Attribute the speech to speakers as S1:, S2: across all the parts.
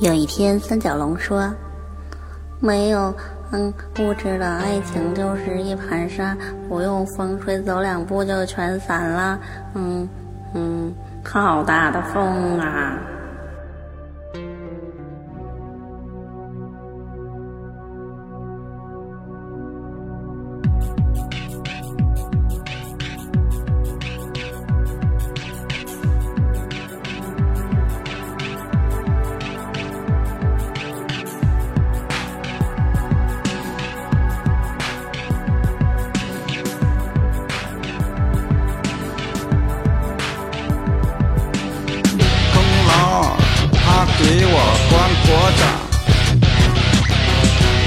S1: 有一天，三角龙说：“没有，嗯，物质的爱情就是一盘沙，不用风吹走两步就全散了。嗯嗯，好大的风啊！”
S2: 功劳，他给我关国长。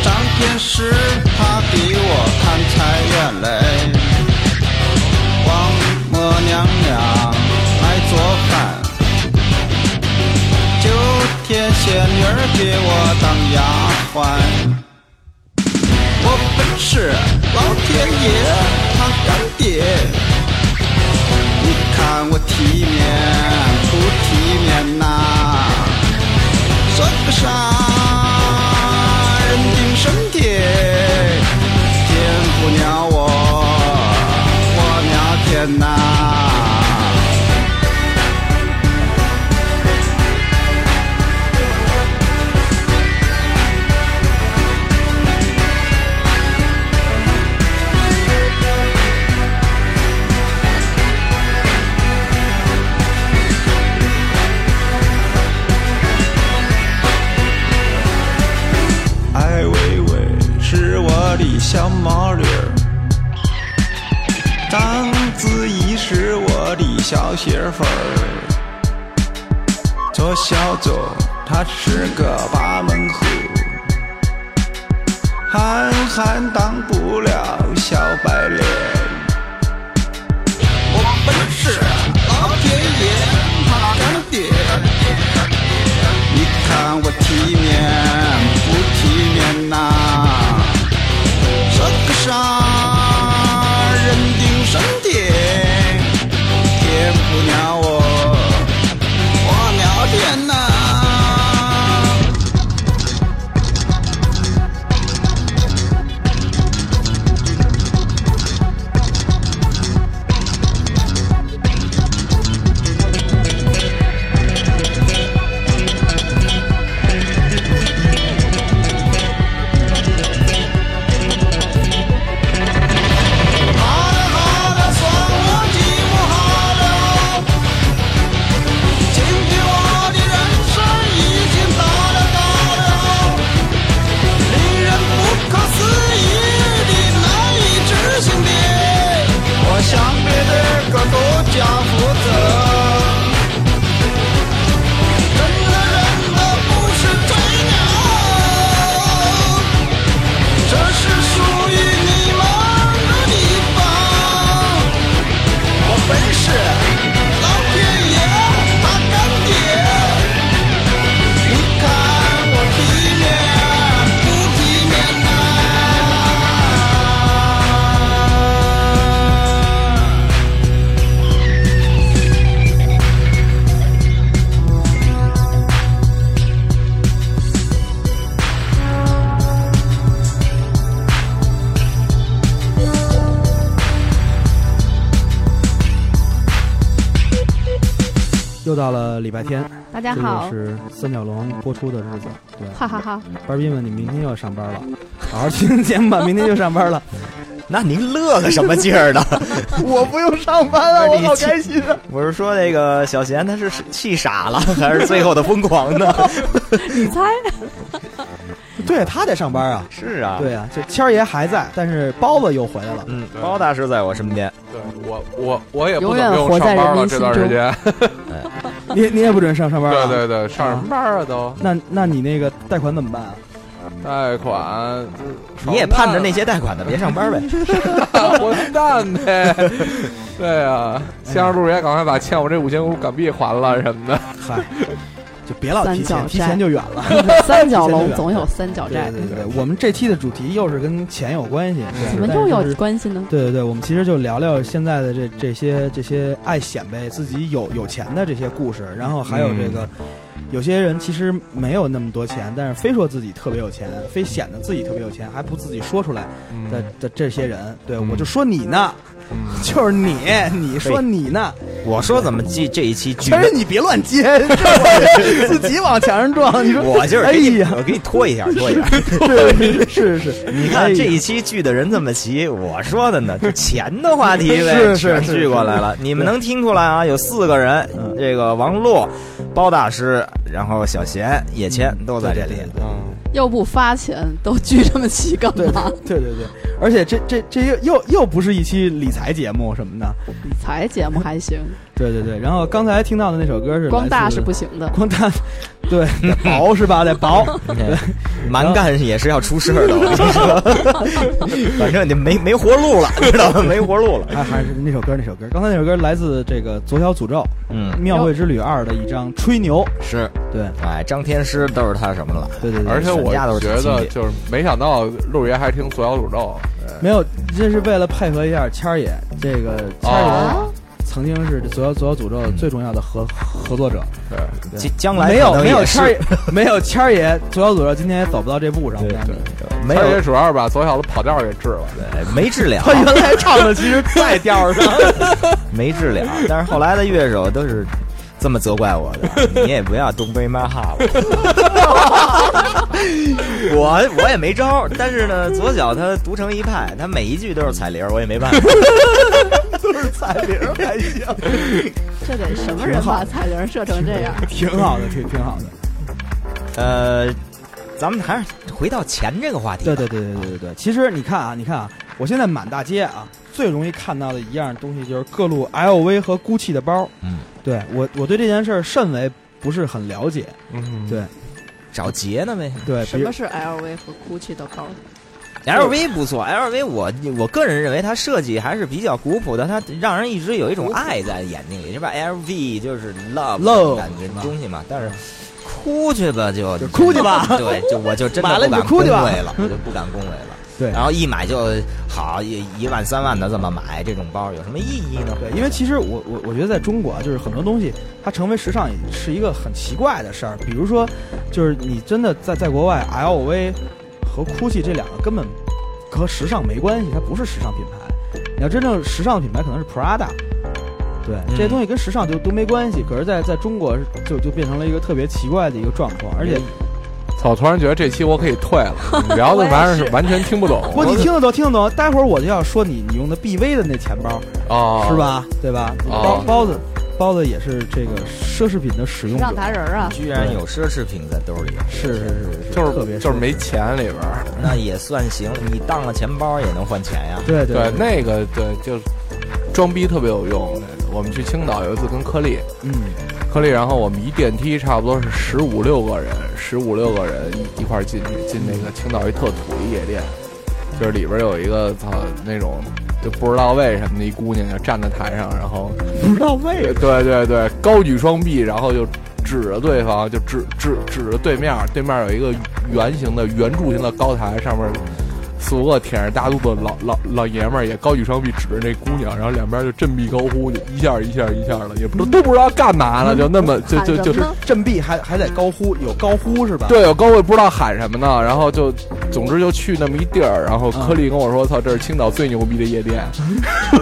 S2: 张天师，他给我看财运来。王母娘娘来做饭。九天仙女儿给我当丫鬟。我本是老天爷他干爹。你看我体面不体面呐、算个啥？人定胜天，天不鸟我，我鸟天呐、艾薇薇是我的小毛驴儿，章子怡是我的小媳妇儿，左小左他是个八门虎，憨憨当不了小白脸。我本是老天爷他干爹。你看我体面不体面呐、这个啥人定胜天，天不鸟我，我鸟天呐、好的好的，算我寂寞好了。今天我的人生已经到了到了，令人不可思议的、难以置信的，我向别的个国家负责。人和人的不是吹牛。这是属于你们的地方。我本是老天爷他干爹，你看我体面不体面呐、
S3: 又到了礼拜天，
S4: 大
S3: 这
S4: 家好
S3: 就，是三角龙播出的日子。对，
S4: 哈哈 哈，
S3: 班斌们，你明天又要上班了，好好听节目吧，明天就上 班了。
S5: 那您乐个什么劲儿呢？
S3: 我不用上班了，我好开心啊！
S5: 我是说那个小贤他是气傻了， 还是最后的疯狂呢？
S4: 你猜？
S3: 对他得上班啊。
S5: 是啊，
S3: 对啊，这谦儿爷还在，但是包子又回来 了。
S5: 嗯，包大师在我身边，
S6: 对我我我也
S4: 永
S6: 不怎
S4: 远
S6: 么用
S4: 活
S6: 上
S4: 在人
S6: 班了
S4: 民
S6: 这
S4: 心
S6: 段时
S4: 中
S6: 间，
S3: 你你也不准上上班
S6: 对
S3: 啊？
S6: 对对，上什么班啊都？
S3: 那那你那个贷款怎么办啊？
S6: 贷款，嗯
S5: 你也盼着那些贷款的别上班呗。
S6: 混啊蛋呗。对啊，向着路也赶快把欠我这五千五港币还了什么的。
S3: 嗨，啊就别老提
S4: 三角债
S3: 前，提前就远了。
S4: 三角龙总有三角嗯
S3: 对
S4: 债，嗯
S3: 对对，我们这期的主题又是跟钱有关系，
S4: 怎么
S3: 但是
S4: 又
S3: 就是
S4: 有关系呢？
S3: 对对对，我们其实就聊聊现在的
S5: 嗯
S3: 这这些这些爱显摆自己有有钱的这些故事，然后还有这个。有些人其实没有那么多钱，但是非说自己特别有钱，非显得自己特别有钱，还不自己说出来
S5: 嗯
S3: 的的这些人，对
S6: 嗯
S3: 我就说你呢，就是你，你说你呢，
S5: 我说怎么这这一期剧
S3: 但是你别乱 接，这自己往墙上撞，你说
S5: 我就是
S3: 哎
S5: 给你，
S3: 呀，
S5: 我给你拖一下，拖一下。
S3: 是是是，
S5: 你
S3: 哎
S5: 看
S3: 呀
S5: 这一期聚的人这么齐，我说的呢，这钱的话题呗，
S3: 是是
S5: 全
S3: 是嗯
S5: 聚过来了。你们能听出来啊？有四个人，这个王璐、包大师，然后小贤、野谦都在这里。
S6: 嗯，
S4: 要不发钱都聚这么齐干
S3: 对
S4: 嘛？
S3: 对对对，而且这这这又又又不是一期理财节目什么的，
S4: 理财节目还行，
S3: 对对对。然后刚才听到的那首歌是
S4: 光大是
S3: 是
S4: 不行的。
S3: 光大，对得薄是吧？得薄，
S5: 蛮干也是要出事儿的，我跟你 说，反正你没没活路了， 知道吗？没活路了。
S3: 还啊还是那首歌那首歌。刚才那首歌来自这个《左小诅咒》
S5: 嗯
S3: 《庙会之旅二》的一张《吹牛》，
S5: 是，
S3: 对
S5: 哎，张天师都是他什么了？
S3: 对对对，
S6: 而且我
S5: 全家嗯都是
S6: 觉
S5: 亲
S6: 得
S5: 戚
S6: 就是没想到陆爷还听左小诅咒，
S3: 没有，这是为了配合一下谦儿爷，这个谦儿
S5: 哦
S4: 啊，
S3: 爷曾经是《左小左小诅咒》最重要的合合作者。
S6: 对，
S5: 将将来
S3: 没有
S5: 可能
S3: 没有
S5: 也是
S3: 谦儿爷，没有谦儿爷，左小诅咒今天也走不到这步上。
S5: 对
S3: 我告诉你
S5: 没
S6: 而
S5: 有
S6: 且主要是把左小的跑调给治了。
S5: 哎没治疗
S3: 他，原来唱的其实带调上，
S5: 没治疗，但是后来的乐手都是这么责怪我的，你也不要东北骂哈我。 我我也没招儿，但是呢，左脚他独成一派，他每一句都是彩铃儿，我也没 办法， 都是彩铃儿还行。
S4: 这得什么人把彩铃设成这样？
S3: 挺好的，挺挺好的。
S5: 呃，咱们还是回到钱这个话题 吧。
S3: 对对对对对对对。其实你看啊，你看啊，我现在满大街啊，最容易看到的一样东西就是各路 LV 和 GUCCI 的包。
S5: 嗯，
S3: 对我我对这件事儿甚为不是很了解。
S6: 嗯，
S3: 对
S5: 找劫呢呗。
S3: 对，
S4: 什
S3: 比如
S4: 么是 LV 和 GUCCI 的包？
S5: LV 不错，LV 我我个人认为它设计还是比较古朴的，它让人一直有一种爱在眼睛里，是吧？LV 就是 love
S3: Love
S5: 感觉东西嘛，但是哭去吧就
S3: 就哭去吧
S5: 对，就我就真
S3: 买
S5: 的
S3: 了
S5: 不
S3: 你就
S5: 敢
S3: 哭
S5: 恭维
S3: 去吧
S5: 了，我就不敢恭维了。
S3: 对
S5: 然后一买就好一一万三万的这么买这种包有什么意义呢？
S3: 对，因为其实我我我觉得在中国啊，就是很多东西它成为时尚是一个很奇怪的事儿。比如说，就是你真的在在国外，LV 和 GUCCI 这两个根本和时尚没关系，它不是时尚品牌。你要真正时尚品牌可能是 Prada，对，这
S5: 嗯
S3: 些东西跟时尚就都没关系。可是在，在中国就就变成了一个特别奇怪的一个状况，而且
S6: 嗯操！突然觉得这期我可以退了， 你聊的玩意儿是完全听不懂。
S3: 不过你听得懂，听得懂。待会儿我就要说你你用的 BV 的那钱包、
S6: 哦，
S3: 是？吧？对吧？
S6: 哦
S3: 包包子包子也是这个奢侈品的使用者
S4: 让。达人啊，
S5: 居然有奢侈品在兜里，
S3: 是是是是，
S6: 就
S3: 特别
S6: 是就是
S3: 是
S6: 没钱里边儿。
S5: 那也算行，你当了钱包也能换钱呀。
S3: 对
S6: 对，那个对，就是装逼特别有用。我们去青岛有一次跟柯丽，
S3: 嗯
S6: 柯丽，然后我们一电梯差不多是十五六个人，十五六个人一一块儿进去进那个青岛一特土一夜店，就是里边有一个操那种就不知道为什么的一姑娘就站在台上，然后
S3: 不知道为
S6: 对对对对高举双臂，然后就指着对方，就指指指着对面，对面有一个圆形的圆柱形的高台，上面四五个舔着大肚子老老老爷们儿也高举双臂指着那姑娘，然后两边就振臂高呼，就一下一下一下的，也不都不知道干嘛呢，就那么就就就
S4: 喊什么呢
S3: 振臂还还得高呼，有高呼是吧？
S6: 对，有高位不知道喊什么呢，然后就，总之就去那么一地儿，然后柯丽跟我说：“操，这是青岛最牛逼的夜店。”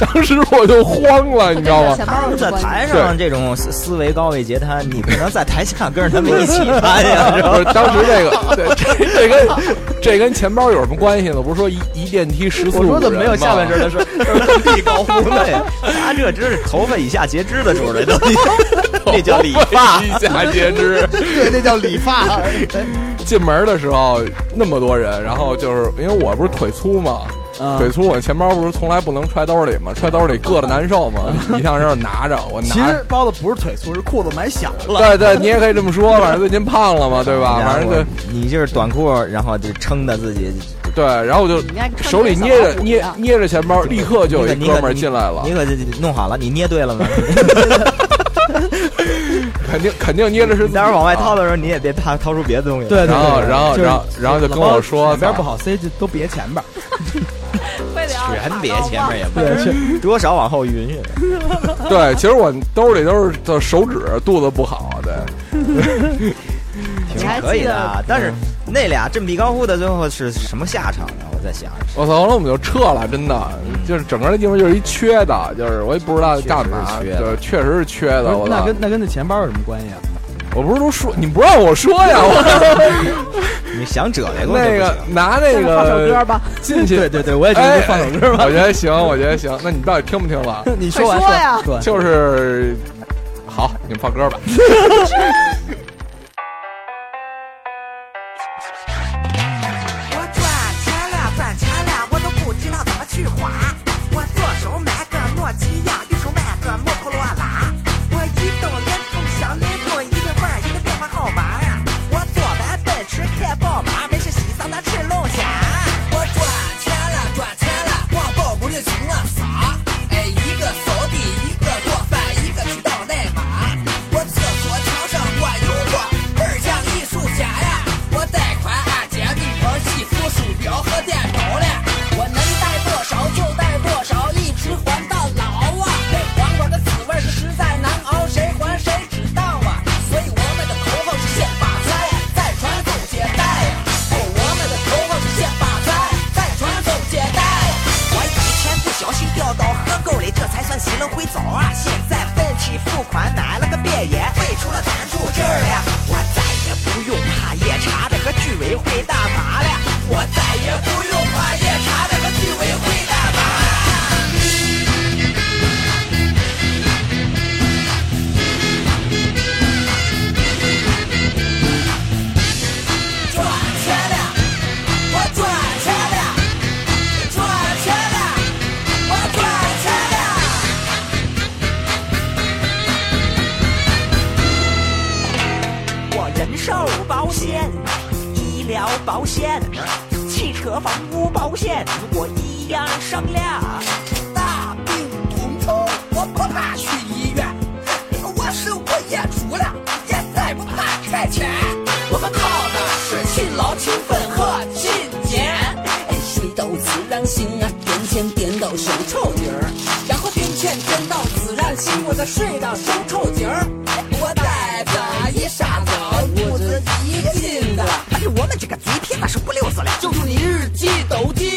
S6: 当时我就慌了，你知道吗
S4: 钱？
S5: 他
S4: 包
S5: 们
S4: 有
S5: 在
S4: 什么
S6: 啊
S4: 关系？
S5: 台上这种思思维高位截瘫，你不能在台下跟着他们一 起翻 呀，是吧？
S6: 不是当时这个，对这这跟这跟钱包有什么关系呢？不是说一一电梯十四。
S3: 我说怎么没有下半身的事儿？
S5: 振臂高呼呗，他这真是头发以下截肢的主人都，那叫理发
S6: 一下截肢。
S5: 对，那叫理发。
S6: 进门的时候那么多人，然后就是因为我不是腿粗嘛，
S3: 啊
S6: 腿粗我钱包不是从来不能揣兜里嘛，揣兜里硌着难受嘛，你上这儿拿着，我拿
S3: 其实包子不是腿粗，是裤子买小了。
S6: 对对，你也可以这么说，反正最近胖了嘛，对吧？反正就
S5: 你就是短裤，然后就撑的自己。
S6: 对，然后我就
S4: 应该穿
S6: 手里捏着
S4: 小老
S6: 捏
S4: 虎一样
S6: 捏着钱包，立刻就有一
S5: 你
S6: 哥
S5: 可
S6: 们儿进来了
S5: 你，可你可弄好了，你捏对了吗？
S6: 肯定肯定捏着
S5: 你
S6: 是
S5: 待会儿往外掏。的时候，你也别怕掏出别的东西。
S3: 对对对
S6: 然后然后
S3: 就是
S6: 然后然后就跟我说
S3: 哪边不好塞就都别前边儿。
S4: 非得要
S5: 全啊别
S4: 打到
S5: 前面也不
S3: 对，去
S5: 多少往后匀匀。
S6: 啊对，其实我兜里都是就手指肚子不好的，对
S4: 你还
S5: 可以
S4: 记
S5: 的
S4: 得
S5: 啊。但是那俩振臂高呼的最后是什么下场呢？我在想，
S6: 我操！后来我们就撤了，真的，就是整个那地方就是一缺的，就是我也不知道干嘛，
S5: 确实是缺的
S6: 就是确实是缺的。
S3: 不
S6: 我
S3: 是，
S6: 操
S3: 那跟那跟那钱包有什么关系啊？
S6: 我不是都说你不让我说呀？我
S5: 你想折来过就
S6: 那
S5: 不
S6: 个
S5: 行。
S6: 拿那
S4: 再放首歌
S6: 个
S4: 吧，
S6: 进去，
S3: 对对对，我也觉得
S6: 哎
S3: 就放首歌吧。
S6: 我觉得行，我觉得行。那你到底听不听了？
S3: 你说完
S4: 快说呀
S3: 说
S6: 就是好，你们放歌吧。
S7: 我赚钱了，赚钱了，我都不知道怎么去花。我左手买个诺基亚，右手买个摩托罗拉。我移动、联通、小灵通，一个味儿一个电话号码。我坐完奔驰开宝马，没事洗桑拿吃龙虾。我赚钱了，赚钱了，往包谷里去我撒。啊哎，一个扫地，一个做饭，一个去当奶妈。我厕所墙上我有过，倍儿像艺术家呀。我贷款按揭、命盘、系服、鼠标和电脑嘞。我能贷多少就贷多少，一直还到老啊。这黄瓜的滋味是实在难熬，谁还谁知道啊？所以我们的口号是先把菜，再传宗接代呀。哦，我们的口号是先把菜，再传宗接代呀。我以前不小心掉到河沟里，这才算洗了回澡啊！现在分期付款买了个别野，退出了暂住证儿了，我再也不用怕夜查的和居委会大妈了，我再也不用怕夜查的和居委会大妈了。赚钱了，我赚钱了。赚钱了，我赚钱了。我人寿保险、医疗保险、汽车房屋保险，我一样商量。大病通透，我不怕去医院，我是我业主了，也再不怕拆迁。我们靠的是勤劳、勤奋和勤俭。哎水到自然醒啊，点钱点到手抽筋儿，然后点钱点到自然醒，我再睡到手抽筋儿。我带着一沙子，屋子一进的。哎，我们这个嘴皮子是不溜死了，就祝你日记都进。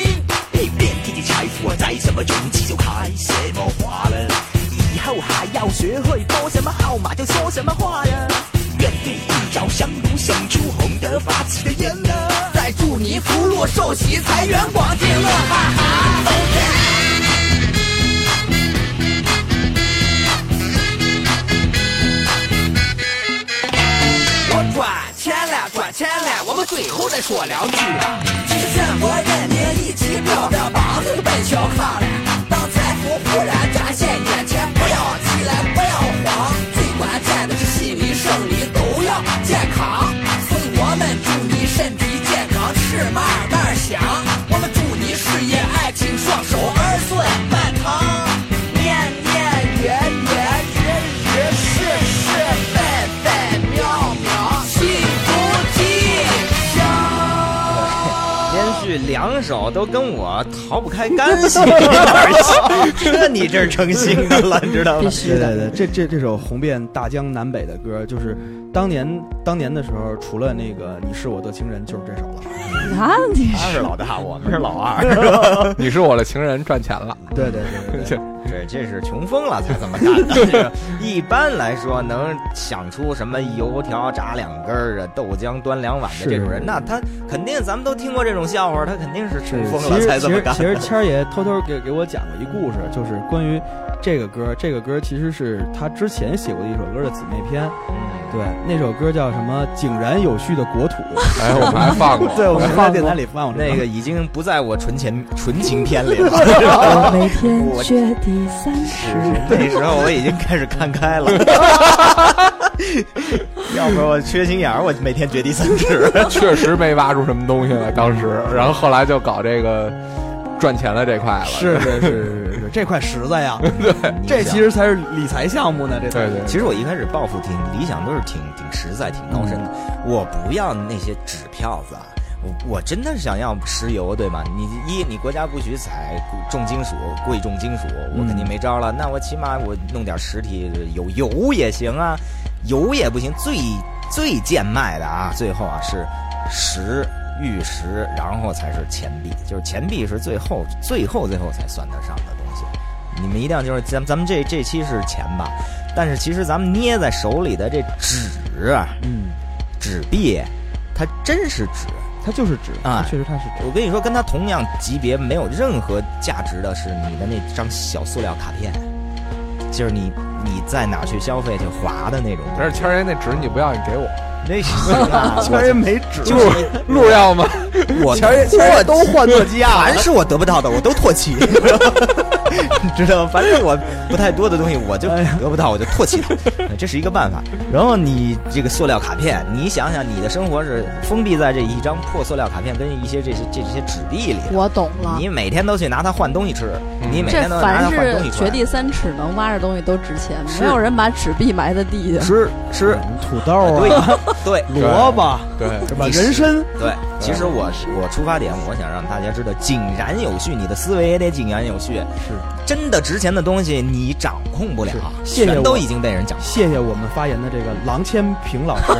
S7: 你遍地的财富，栽什么勇气就开什么花了。以后还要学会拨什么号码就说什么话呀。愿对一朝香炉生出红得发起的烟呢。再祝你福禄寿喜，财源广进，乐哈哈。我赚钱了，赚钱了，我们最后再说两句啊。其实全国人民一起吊着膀子奔小康了，当财富忽然展现眼前，不要起来，不要慌，最关键的是心理、生理都要健康。所以我们祝你身体健康，吃嘛嘛香。我们祝你事业、爱情双收，儿孙满堂，年年月月，日日事事分分秒秒，幸福吉祥。
S5: 连续两首都跟我逃不开干系，有点像这你这是成心的了，你知道吗
S4: 必？
S3: 对
S4: 须
S3: 对
S4: 的。
S3: 对，这这这首红遍大江南北的歌，就是当年当年的时候，除了那个你是我的情人，就是这首了。
S4: 啊，你
S5: 他是老大，我们是老二。
S6: 你是我的情人，赚钱了。
S3: 对对对对对，
S5: 这这是穷疯了才这么干的。这个一般来说，能想出什么油条炸两根儿啊、豆浆端两碗的这种人，
S3: 是
S5: 那他肯定咱们都听过这种笑话，他肯定是穷疯
S3: 其
S5: 了
S3: 实
S5: 才这
S3: 其
S5: 么
S3: 实
S5: 干
S3: 其。实谦儿爷偷偷给给我讲过一故事，就是关于这个歌。这个歌其实是他之前写过的一首歌的姊妹篇，对，那首歌叫什么？井然有序的国土。。
S6: 哎，我们还放过
S3: 对，我们在电台里放过这
S5: 那个已经不在我纯情 纯情篇里了。
S4: 我每天
S5: 我
S4: 缺第三十。
S5: 那时候 我已经开始看 开了，要不然我缺心眼儿，我每天掘地三 尺。
S6: 确实没挖出什么东西来，当 时，然后后来就搞这个赚钱的这块了。
S3: 是是是是是，这块实在呀，
S5: 嗯
S3: 这
S5: 啊
S3: 其实才是理财项目呢，这才
S6: 对
S3: 是
S6: 对，
S5: 其实我一开始抱负挺理想，都是挺挺实在、挺高深的。我不要那些纸票子啊，我我真的是想要石油，对吗？你一你国家不许采重金属、贵重金属，我肯定没招了。那我起码我弄点实体油，油也行啊，油也不行，最最贱卖的啊，最后啊是石、玉石，然后才是钱币，就是钱币是最后、最后、最后才算得上的东西。你们一定要就是咱咱们这这期是钱吧，但是其实咱们捏在手里的这纸啊，
S3: 嗯，
S5: 纸币，啊它真是纸。
S3: 它就是纸
S5: 啊
S3: 它确实它是纸。
S5: 我跟你说，跟它同样级别没有任何价值的是你的那张小塑料卡片，就是你你在哪儿去消费去划的那种东西。
S6: 但是谦儿爷那纸你不要，你给我，
S5: 那是 啊
S3: 圈儿也没纸，
S5: 就是
S6: 路要吗？
S5: 我
S6: 前儿前儿
S5: 都换诺
S6: 啊
S5: 基亚，凡是我得不到的，我都唾 弃，你知道吗？反正我不太多的东西，我
S6: 哎
S5: 就得不到，我就唾弃它， 这是一个办法。然后你这个塑料卡片，你想想，你的生活是封闭在这一张破塑料卡片跟一些这些这这些纸币里。
S4: 我懂了
S5: 你。每天都去拿它换东西吃，
S6: 嗯
S5: 你每
S4: 这
S5: 天都拿它
S4: 凡
S5: 换东
S4: 是
S5: 西
S4: 掘
S5: 穿，
S4: 地三尺能挖着东西都值钱，
S5: 是
S4: 没有人把纸币埋在地下。
S5: 吃吃，
S3: 土豆啊，
S5: 对对，
S3: 萝卜
S6: 对，
S3: 是吧？
S5: 你
S3: 人参，
S5: 对，其实我
S3: 嗯
S5: 我出发点，我想让大家知道，井然有序，你的思维也得井然有序。
S3: 是
S5: 真的值钱的东西你掌控不了啊
S3: 是，谢谢
S5: 全
S3: 我
S5: 都已经被人掌控。
S3: 谢谢我们发言的这个郎千平老师，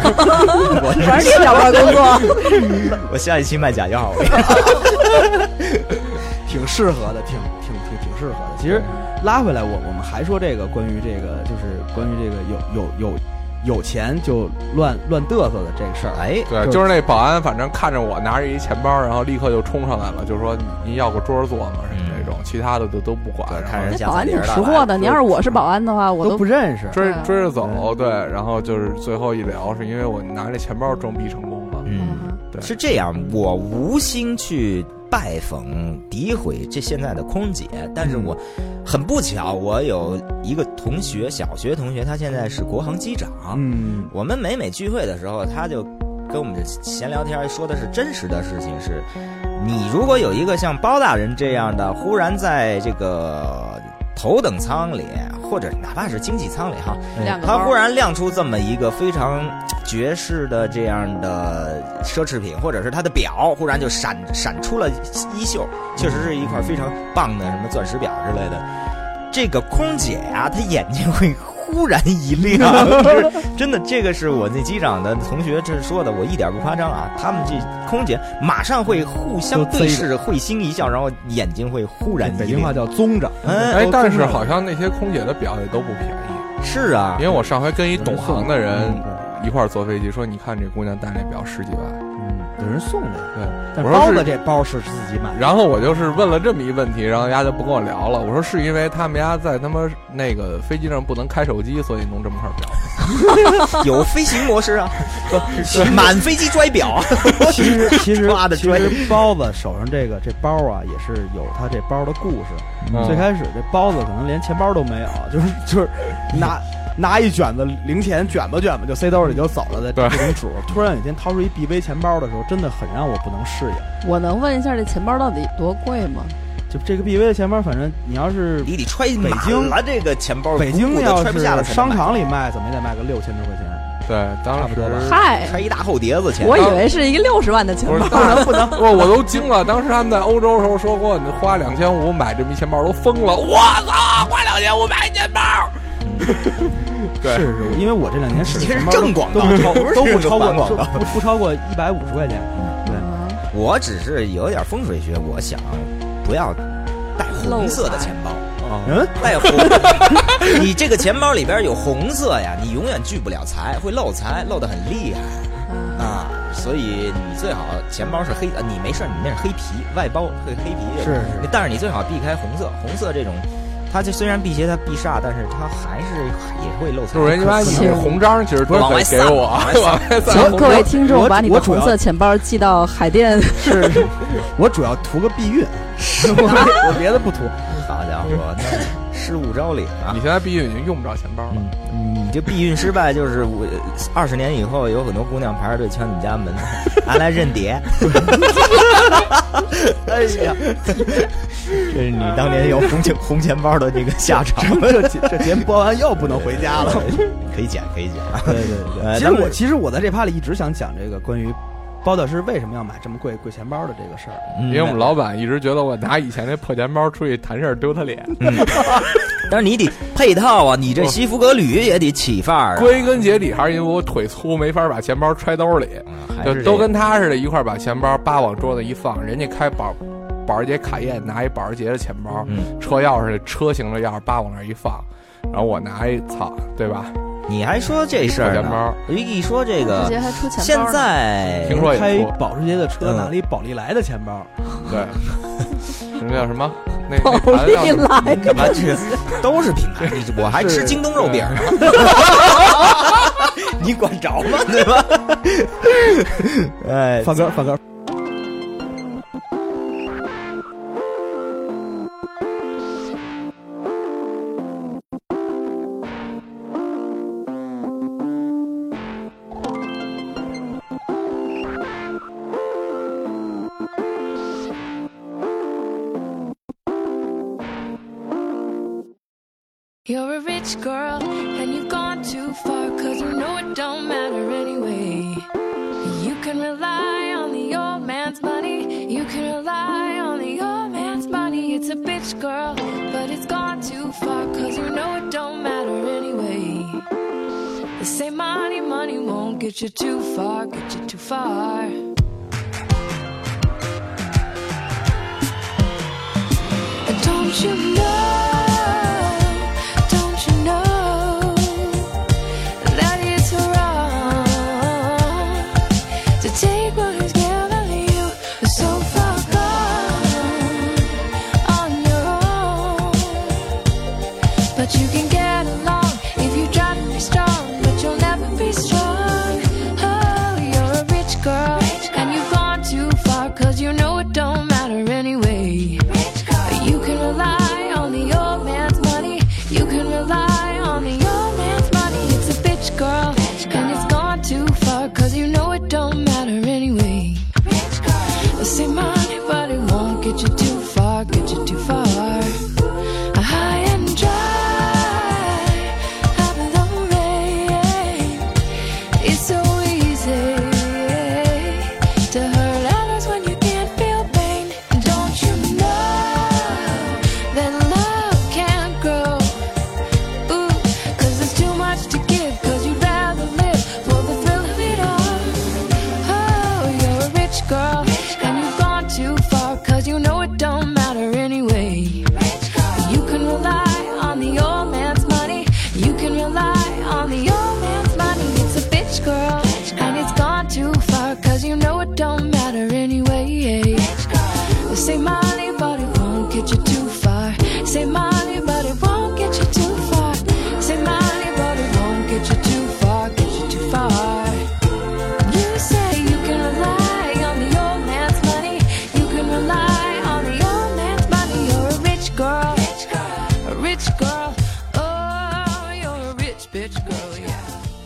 S4: 全是小块工作，
S5: 我下一期卖假药，
S3: 挺适合的，挺挺挺挺适合的。其实拉回来，我我们还说这个关于这个就是关于这个有有有有钱就乱乱嘚瑟的这个事儿，
S5: 哎，
S6: 对，
S3: 就是
S6: 就是那保安，反正看着我拿着一钱包，然后立刻就冲上来了，就说您要个桌坐吗？什么这种，其他的都都不管，
S5: 对
S6: 然后
S5: 看人
S4: 那
S5: 下
S4: 保安
S5: 菜碟
S4: 挺
S5: 儿
S4: 识
S5: 了
S4: 货的。你要是我是保安的话，我
S3: 都
S4: 都
S3: 不认识。
S6: 追
S4: 对啊
S6: 追着走，对，然后就是最后一聊，是因为我拿这钱包装逼成功了，
S5: 嗯，
S4: 嗯
S6: 对
S5: 是这样，我无心去拜访、诋毁这现在的空姐，但
S3: 嗯
S5: 是我很不巧，我有一个同学，小学同学，他现在是国航机长，
S3: 嗯，
S5: 我们每每聚会的时候，他就跟我们闲聊天，说的是真实的事情是，你如果有一个像包大人这样的，忽然在这个头等舱里，或者哪怕是经济舱里哈，
S4: 两个
S5: 嗯他
S4: 包
S5: 忽然亮出这么一个非常绝世的这样的奢侈品，或者是他的表忽然就闪闪出了衣袖，确实是一块非常棒的什么钻石表之类的。这个空姐啊，她眼睛会忽然一亮， 就是真的，这个是我那机长的同学这说的，我一点不夸张啊。他们这空姐马上会互相对视，会心一笑，然后眼睛会忽然
S3: 北
S5: 一
S3: 京话
S5: 亮。
S3: 叫宗长。
S5: 哎
S6: 哎，但是
S3: 像。
S6: 好像那些空姐的表也都不便宜，
S5: 是啊
S6: 因，为我上回跟一懂行的人
S3: 嗯
S6: 一块儿坐飞机，说你看这姑娘戴那表十几万，
S3: 嗯，有人送的，
S6: 对，
S3: 但
S6: 我
S3: 是
S6: 说
S3: 包
S6: 是
S3: 子这包是自己买的。
S6: 然后我就是问了这么一问题，然后人家就不跟我聊了。我说是因为他们家在他妈那个飞机上不能开手机，所以弄这么块表。
S5: 有飞行模式啊， 满飞机拽表。
S3: 其实其实
S5: 抓得
S3: 其
S5: 准
S3: 实包子手上这个这包啊，也是有他这包的故事。
S6: 嗯
S3: 最开始这包子可能连钱包都没有， 就是就是拿 拿一卷子零钱卷吧卷吧就塞兜里就走了的
S6: 对
S3: 这种主。突然有一天掏出一 BV 钱包的时候，真的很让我不能适应。
S4: 我能问一下这钱包到底多贵吗？
S3: 就这个 BV 的钱包，反正你要是
S5: 你得揣
S3: 北
S5: 满
S3: 京
S5: 了这个钱包，
S3: 北京
S5: 鼓鼓的
S3: 要
S5: 揣不
S3: 是
S5: 下了才能
S3: 商
S5: 买
S3: 场里卖，怎么也得卖个六千多块钱。
S6: 对，当
S3: 差不
S6: 时
S3: 多吧
S4: 嗨，
S5: 揣一大厚碟子钱。
S4: 我以为是一个六十万的钱
S6: 不是
S4: 包，
S6: 当然不能，我我都惊了。当时他们在欧洲的时候说过，你花两千五买这么一钱包都疯了。我操，花两千五买一钱包。对
S3: 是是，因为我这两年使的
S5: 这是
S3: 钱包
S5: 正广
S3: 都
S5: 告
S3: 不超
S5: 不是
S3: 都不
S5: 这个
S3: 超过
S5: 反广告
S3: 不不超过一百五十块钱。
S5: 我只是有点风水学，我想不要带红色的钱包，
S3: 嗯，
S5: 带红，哎 你这个钱包里边有红色呀，你永远聚不了财，会漏财，漏得很厉害
S4: 嗯
S5: 啊。所以你最好钱包是黑，呃你没事，你那是黑皮外包会黑皮，
S3: 是是
S5: 但是你最好避开红色，红色这种。它就虽然辟邪，它避煞，但是它还是也会漏财。
S6: 就是人家把你
S4: 行
S6: 红章其实都
S5: 往外
S6: 得给
S5: 散
S6: 我，
S5: 往外散
S6: 往外散。
S4: 行，各位听
S3: 我
S4: 众，把你
S3: 我
S4: 的
S3: 主
S4: 红
S3: 要
S4: 色钱包寄到海淀。
S3: 是，是我主要图个避孕， 我别我别的不图。
S5: 好家伙，那失物招领啊！
S6: 你现在毕竟已经用不着钱包了。
S5: 嗯你这避孕失败，就是我二十年以后有很多姑娘排着队敲你们家 门，俺来认爹。哎呀，这是你当年有红钱红钱包的那个下场，
S3: 这节这节目播完又不能回家了。
S5: 可以剪可以剪。
S3: 对对对，
S5: 哎
S3: 其实
S5: 咱们
S3: 我其实我在这趴里一直想讲这个关于包大师为什么要买这么贵贵钱包的这个事儿。
S5: 因
S6: 因为我们老板一直觉得我拿以前那破钱包出去谈事儿丢他脸。
S5: 但是你得配套啊，你这西服革履也得起范儿、啊，
S6: 归根结底还是因为我腿粗，没法把钱包揣兜里，
S5: 嗯还
S6: 就是都
S5: 这
S6: 跟他似的，一块儿把钱包叭往桌子一放，人家开保保时捷卡宴拿一保时捷的钱包，
S5: 嗯
S6: 车钥匙车型的钥匙叭往那儿一放，然后我拿一操，对吧？
S5: 你还说这事儿
S6: 小钱包
S5: 呢？一一说这
S4: 直接
S5: 个，
S4: 还出钱
S5: 现
S4: 包呢。
S5: 在
S6: 听说也
S3: 开
S6: 错
S3: 保时捷的车
S5: 嗯
S3: 拿了一宝利来的钱包，
S6: 对， 什么叫什么？那那盘子叫什么
S4: 来
S5: 干嘛啊这都是品牌？你我还吃京东肉饼呢，你管着吗？对吧？哎，
S3: 放歌放歌。
S8: You're a rich girl and you've gone too far cause you know it don't matter anyway. You can rely on the old man's money. You can rely on the old man's money. It's a bitch girl, but it's gone too far cause you know it don't matter anyway. They say money, money won't get you too far, get you too far. Don't you know? Don't you know that it's wrong to take what is given you so far gone on your own? But you can get along if you try to be strong, but you'll never be strong. Oh, you're a rich girl, and you've gone too far, cause you know it don't matter anyway. You can rely on the old man's money. You can rely on the old man's money. It's a bitch girl. And it's gone too far, cause you know it don't matter anyway. I say money, but it won't get you too far, get you too far. High and dry, out of the rain. It's so easy to hurt others when you can't feel pain. Don't you know that love can't grow? Ooh, 'cause there's too much to give. 'Cause you'd rather live for the thrill of it all. Oh, you're a rich girl, and you've gone too far. 'Cause you know it don't matter anyway. You can rely on the old man's money. You can rely on the old man's money. It's a bitch girl. And it's gone too far, cause you know it don't matter anyway. They say money, but it won't get you too far. Say money, but it won't get you too far. Say money, but it won't get you too far, get you too far. You say you can rely on the old man's money. You can rely on the old man's money. You're a rich girl, a rich girl. Oh, you're a rich bitch girl. Yeah.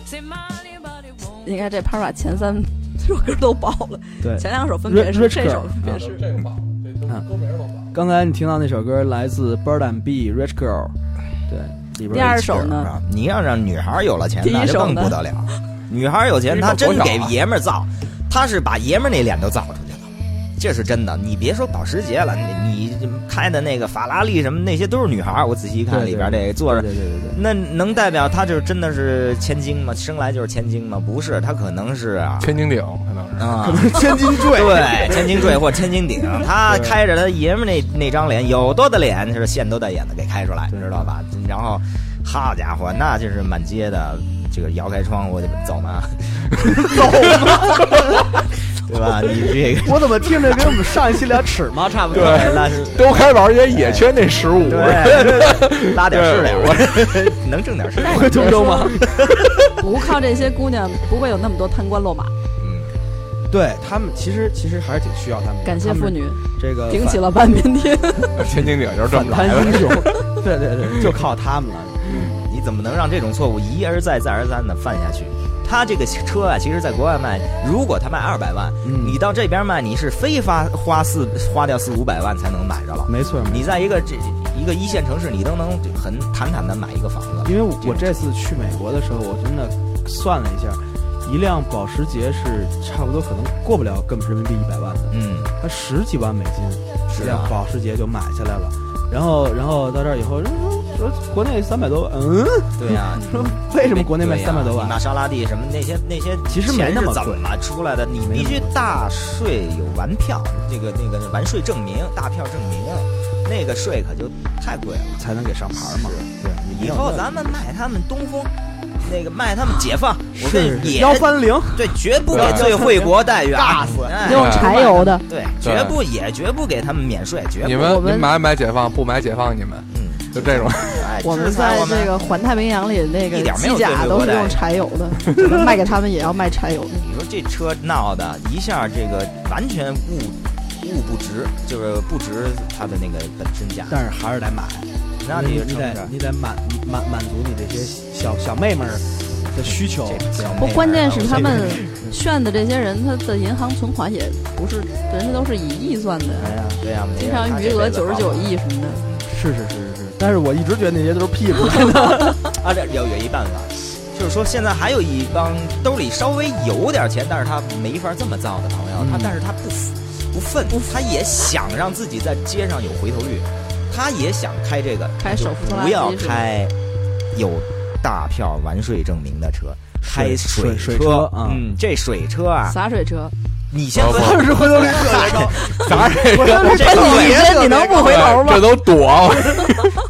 S8: Say money, but it won't.
S4: 你看这潘把前三首歌都爆了，
S3: 对，
S4: 前两首分别是
S3: Rich
S4: 这首
S3: Girl，
S4: 分别是。
S6: 这个吧，这
S3: 啊
S6: 歌名都忘了。
S3: 刚才你听到那首歌来自 Bird and Bee Rich Girl，对，里边
S4: 第二首呢
S5: 啊你要让女孩有了钱，
S4: 第一
S5: 那就
S4: 首
S5: 更
S4: 呢
S5: 不得了。女孩有钱，她真
S6: 第一
S5: 给
S6: 首多少啊
S5: 爷们儿造，她是把爷们儿那脸都造出去了，这是真的。你别说保时捷了，你你开的那个法拉利什么那些都是女孩儿。我仔细一看，
S3: 对
S5: 里边这个坐
S3: 对
S5: 着
S3: 对对对 对，
S5: 那能代表他就是真的是千金吗？生来就是千金吗？不是，他可能是啊
S6: 千斤顶可能
S4: 嗯
S6: 是。
S5: 啊，
S3: 千金坠，
S5: 对，千金坠或千金顶，他开着他爷们儿那那张脸，有多的脸是线都带眼的给开出来，你知道吧？然后，好家伙，那就是满街的这个摇开窗户就走嘛， 走嘛，对吧？你这个
S3: 我怎么听着跟我们上一期聊尺嘛差不多？
S6: 对
S5: 那是
S6: 都开保时捷也缺那十五，
S5: 对，拉点是点儿， 能挣点是点儿。
S3: 会通 州吗？
S4: 不靠这些姑娘，不会有那么多贪官落马。
S5: 嗯，
S3: 对他们其实其实还是挺需要他们的，
S4: 感谢
S3: 他们
S4: 妇女
S3: 这个
S4: 顶起了半边 天。
S6: 千斤顶就是这
S3: 反
S6: 么
S3: 反
S6: 来
S3: 贪英
S6: 的。
S3: 雄， 对对对，就靠他们了。
S5: 你怎么能让这种错误一而再再而三的犯下去？他这个车啊，其实在国外卖，如果他卖二百万，
S3: 嗯
S5: 你到这边卖，你是非花花四花掉四五百万才能买着了。
S3: 没错，
S5: 你在一个这一个一线城市，你都能很坦坦的买一个房子。
S3: 因为我我这次去美国的时候，我真的算了一下，一辆保时捷是差不多可能过不了根本人民币一百万的，
S5: 嗯，
S3: 他十几万美金，
S5: 是
S3: 一辆
S5: 啊
S3: 保时捷就买下来了。然后，然后到这儿以后，说说国内三百多万，嗯，
S5: 对呀、
S3: 说为什么国内卖
S5: 对呀
S3: 三百多
S5: 你
S3: 万？
S5: 玛莎拉蒂什么那些那些，
S3: 其实没那么
S5: 怎
S3: 贵
S5: 么出来的？你
S3: 没那么
S5: 必须大税有完票，这个那个完税证明、大票证明，那个税可就太贵了。
S3: 才能给上牌嘛？对，你
S5: 以后咱们卖他们东风，那个卖他们解放，我
S3: 是
S5: 跟也
S3: 幺三零，
S5: 对，绝不给最惠国待遇，
S3: 尬死
S5: 哎
S4: 用
S6: 啊
S4: 柴油的，
S5: 对，
S6: 对
S5: 绝不也绝不给他们免税，绝不
S6: 你
S4: 我
S6: 们
S4: 们
S6: 你买买解放，不买解放你们，
S5: 嗯，
S6: 就这 种。
S5: 哎
S4: 我们
S5: 制裁
S4: 在
S5: 我
S4: 这个环太平洋里那个
S5: 一点没有
S4: 机
S5: 对
S4: 甲
S5: 立
S4: 都
S5: 国
S4: 是
S5: 待
S4: 用
S5: 遇
S4: 柴油 的，卖给他们也要卖柴油的。
S5: 你说这车闹的一下，这个完全物物不值，就是不值它的那个本身价。
S3: 但是还是得买。
S5: 那
S3: 你
S5: 你
S3: 你
S5: 成
S3: 得
S5: 本
S3: 你得满满满足你这些小小妹们儿的需求。
S5: 这小
S4: 不，
S5: 妹
S4: 关
S5: 儿
S4: 键
S5: 啊
S4: 是
S5: 我
S4: 他
S5: 这个
S4: 们炫的这些人，他的银行存款也不是，人家都是以亿算的，
S5: 哎呀，对呀，
S4: 经常余额九十九亿什么的。
S3: 是是是是是，但是我一直觉得那些都是屁股。
S5: 啊，这有有一办法，就是说现在还有一帮兜里稍微有点钱，但是他没法这么造的朋友，他
S3: 嗯
S5: 但是他不服不愤，他也想让自己在街上有回头率，他也想开这个，
S4: 开
S5: 就
S4: 手扶拖拉
S5: 不
S4: 机
S5: 要
S4: 是吧
S5: 开有大票完税证明的车。开
S3: 水水
S5: 水
S3: 车啊
S5: 嗯，这水车啊，
S4: 洒水车，
S5: 你先
S6: 包
S5: 问
S6: 括
S3: 但是回头率特别高，
S6: 咱这
S3: 我说
S5: 这
S3: 这
S5: 你
S4: 这你能不回头吗
S6: 这？都躲，
S5: 啊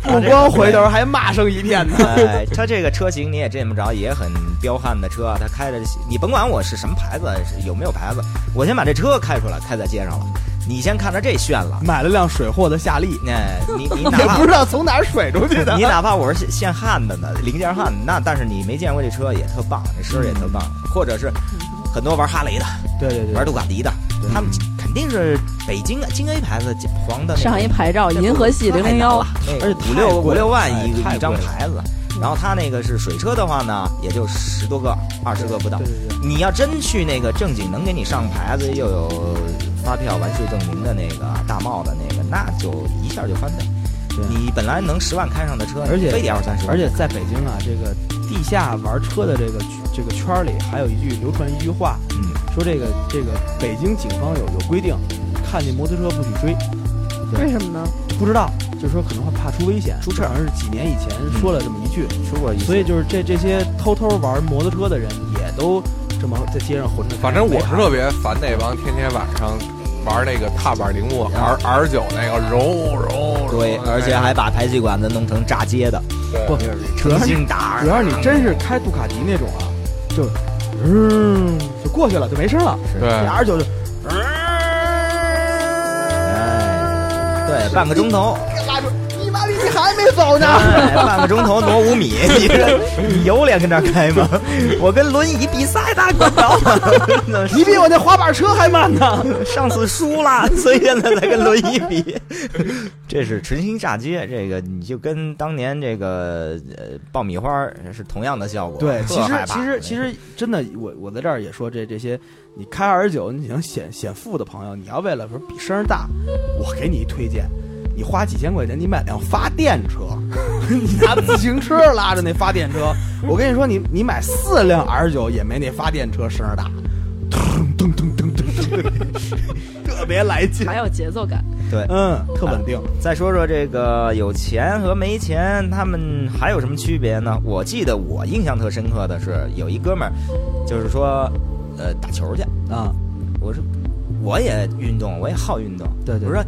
S3: 不光回头还骂声一片呢。
S5: 哎，它这个车型你也见不着，也很彪悍的车啊。它开着，你甭管我是什么牌子，是有没有牌子，我先把这车开出来，开在街上了。你先看着这炫 了，
S3: 买了辆水货的夏利，
S5: 哎， 你你哪
S3: 也
S5: 怕
S3: 不知道从哪儿水出去的
S5: 你。哪怕我是现现焊的呢，零件焊的，那但是你没见过这车也特棒，这声也特棒，或者是很多玩哈雷的、
S3: 对对对，
S5: 玩杜卡迪的，他们肯定是北京京 A 牌子黄的那个
S4: 上一牌照，哦银河系零零幺，，
S5: 而且五六
S3: 哎太贵了
S5: 五六万一
S3: 太
S5: 一张
S3: 贵了嗯
S5: 牌子。然后他那个是水车的话呢，也就十多个、二十个不到
S3: 对。对对，
S5: 你要真去那个正经能给你上牌子又有发票完税证明的那个大帽的那个，那就一下就翻倍
S3: 对。
S5: 你本来能十万开上的车，
S3: 而且
S5: 你非得二三十万，
S3: 而且在北京啊，这个地下玩车的这个这个圈儿里，还有一句流传一句话，
S5: 嗯，
S3: 说这个这个北京警方有有规定，看见摩托车不许追。
S4: 为什么呢？
S3: 不知道，就是说可能会怕出危险，
S5: 出事儿嗯
S3: 好像是几年以前说了这么一句，
S5: 出过一次
S3: 所以就是这这些偷偷玩摩托车的人也都这么在街上混着开。
S6: 反正我
S3: 没
S6: 是
S3: 牌
S6: 特别烦那帮天天晚上玩那个踏板铃木 R R 九那个揉揉揉，
S5: 对，
S6: 哎
S5: 而且还把排气管子弄成炸街的，
S3: 不
S6: 对
S3: 主要
S5: 成
S3: 是
S5: 心打。
S3: 啊主要是你真是开杜卡迪那种啊，就嗯就过去了，就没声了。
S5: 啊
S6: 对
S3: 俩人就就
S5: 哎，对，半个钟头，
S3: 你妈逼你还没走呢，
S5: 哎半个钟头挪五米，你这你有脸跟这儿开吗？我跟轮椅比赛打广告，
S3: 你比我那滑板车还慢呢。
S5: 上次输了，所以现在才跟轮椅比。这是诚心炸街，这个你就跟当年这个呃爆米花儿是同样的效果。
S3: 对，
S5: 特
S3: 其实
S5: 害怕
S3: 其实其实真的，我我在这儿也说这这些，你开二十九，你想显显富的朋友，你要为了说比声儿大，我给你一推荐，你花几千块钱，你买辆发电车， 你拿自行车拉着那发电车，我跟你说，你你买四辆二十九也没那发电车声儿大，噔噔噔噔噔噔噔， 特别来劲，
S4: 还有节奏感。
S5: 对。
S3: 嗯，特稳定，
S5: 再说说这个有钱和没钱，他们还有什么区别呢？我记得我印象特深刻的是，有一哥们儿，就是说，呃，打球去。
S3: 啊，
S5: 我说，我也运动，我也好运动。
S3: 对对
S5: 我说，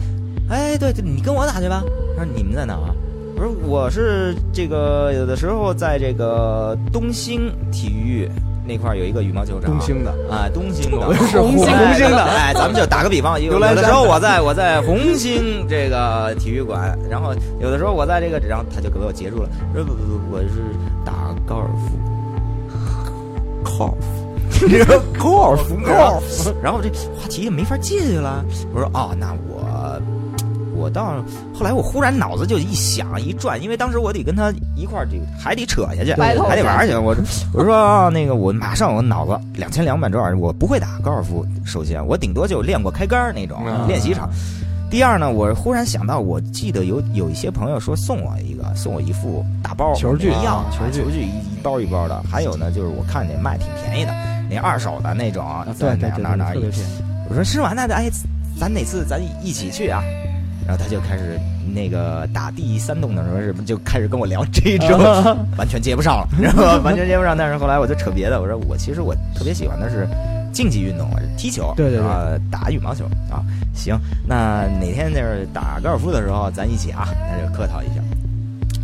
S5: 哎，对对，你跟我打去吧。他说你们在哪儿啊？我说我是这个有的时候在这个东兴体育那块儿有一个羽毛球场。
S3: 中兴的，
S5: 啊，东兴的，
S3: 我是红
S5: 哎
S3: 红星的
S5: 哎，咱们就打个比方，有
S3: 刘
S5: 有
S3: 兰山
S5: 的时候我在我在红星这个体育馆，然后有的时候我在这个，然后他就给我截住了，说不不不，我是打高尔夫，高尔夫， 你说高尔夫，高尔夫，然后这话题也没法进去了，我说哦，那我。我到后来，我忽然脑子就一想一转，因为当时我得跟他一块儿得还得扯下去，
S4: 白头
S5: 还得玩儿去。我我说、啊那个，我马上我脑子两千两百转，我不会打高尔夫。首先，我顶多就练过开杆儿那种、
S6: 嗯
S5: 练习场。第二呢，我忽然想到，我记得有有一些朋友说送我一个，送我一副大包
S7: 球具
S5: 一样
S7: 啊，球具
S5: 球具一一包一包的。还有呢，就是我看见卖挺便宜的，那二手的那种，
S3: 啊
S5: 在
S7: 对
S5: 哪
S7: 啊对
S5: 儿
S7: 对，
S5: 哪儿哪儿
S7: 特别便宜。
S5: 我说吃完那哎，咱哪次咱一起去啊？然后他就开始那个打第三栋的时候，是不是就开始跟我聊这 种，完全接不上了，然后完全接不上。但是后来我就扯别的，我说我其实我特别喜欢的是竞技运动，踢球，
S7: 对对对
S5: 啊，打羽毛球啊。行，那哪天就是打高尔夫的时候，咱一起啊，那就客套一下。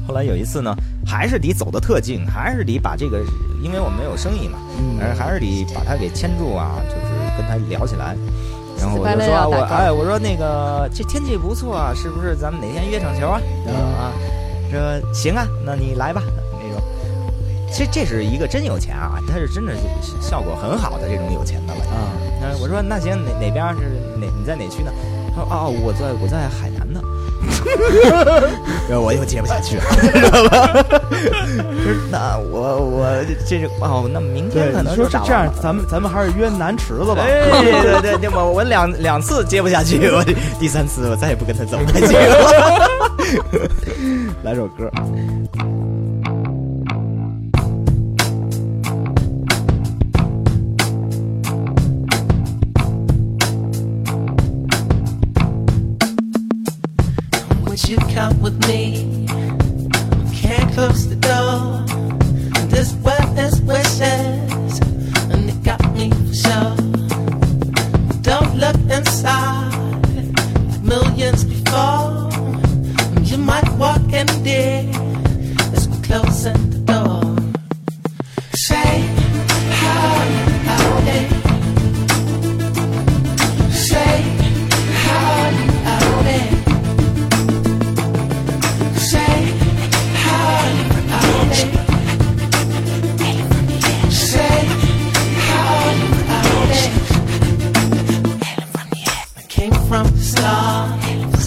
S5: 后来有一次呢，还是得走得特近，还是得把这个，因为我们没有生意嘛，
S3: 哎嗯
S5: 而还是得把他给牵住啊，就是跟他聊起来。然后我就说啊，
S3: 死白赖要打
S5: 我
S3: 高
S5: 哎，我说那个这天气不错啊，是不是咱们哪天约场球啊？
S3: 嗯
S5: 然后啊，这行啊，那你来吧，那种。其实这是一个真有钱啊，他是真的是效果很好的这种有钱的了。
S7: 啊，
S5: 嗯，我说那行哪哪边儿是哪你在哪区呢？他说哦，我在我在海南 呢。然后我又接不下去了，知道吧？就是那我我这这哦，那明天
S7: 对，
S5: 可能
S7: 你说
S5: 就是打
S7: 这
S5: 完
S7: 样
S5: 了，
S7: 咱们咱们还是约南池子吧。
S5: 哎，对对对，我我两两次接不下去，我第三次我再也不跟他走下去了。 来首歌，
S9: Would you come with me? Can't close the door. This weather's wishes, and it got me for sure. Don't look inside like millions before. You might walk in there as we're closing the door. Say, how are you out there? Say, how are you out there? Say how are you out there? Say how are you out there? I came from the stars,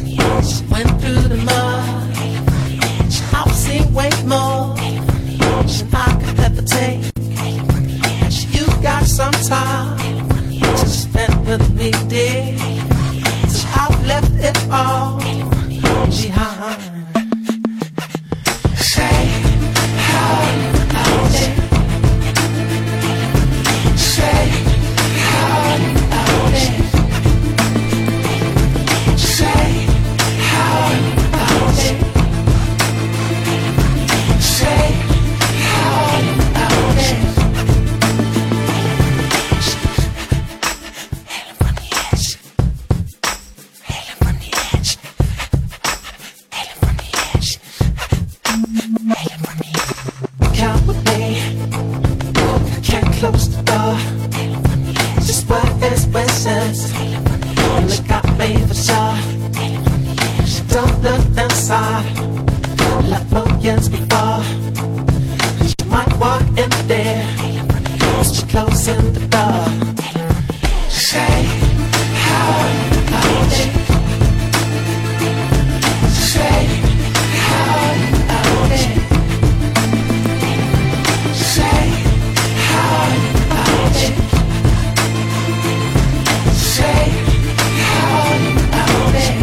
S9: went through the mud. I've seen way more than I could ever take. You got some time to spend with me, dear. So I've left it all behind. Say how are you out there? Say how are you out there? Say how are you out there? Say how are you out there? Hailing from the edge. Hailing from the edge. Hailing from the edge. Count with me. Can't close the door. Just what is presence. And look out, baby, for sure. Don't look inside. Like millions before. You might walk in there. Just closing the door. Say, how are you out there? Say, how are you out there? Say how are you out there? Say how are you out there?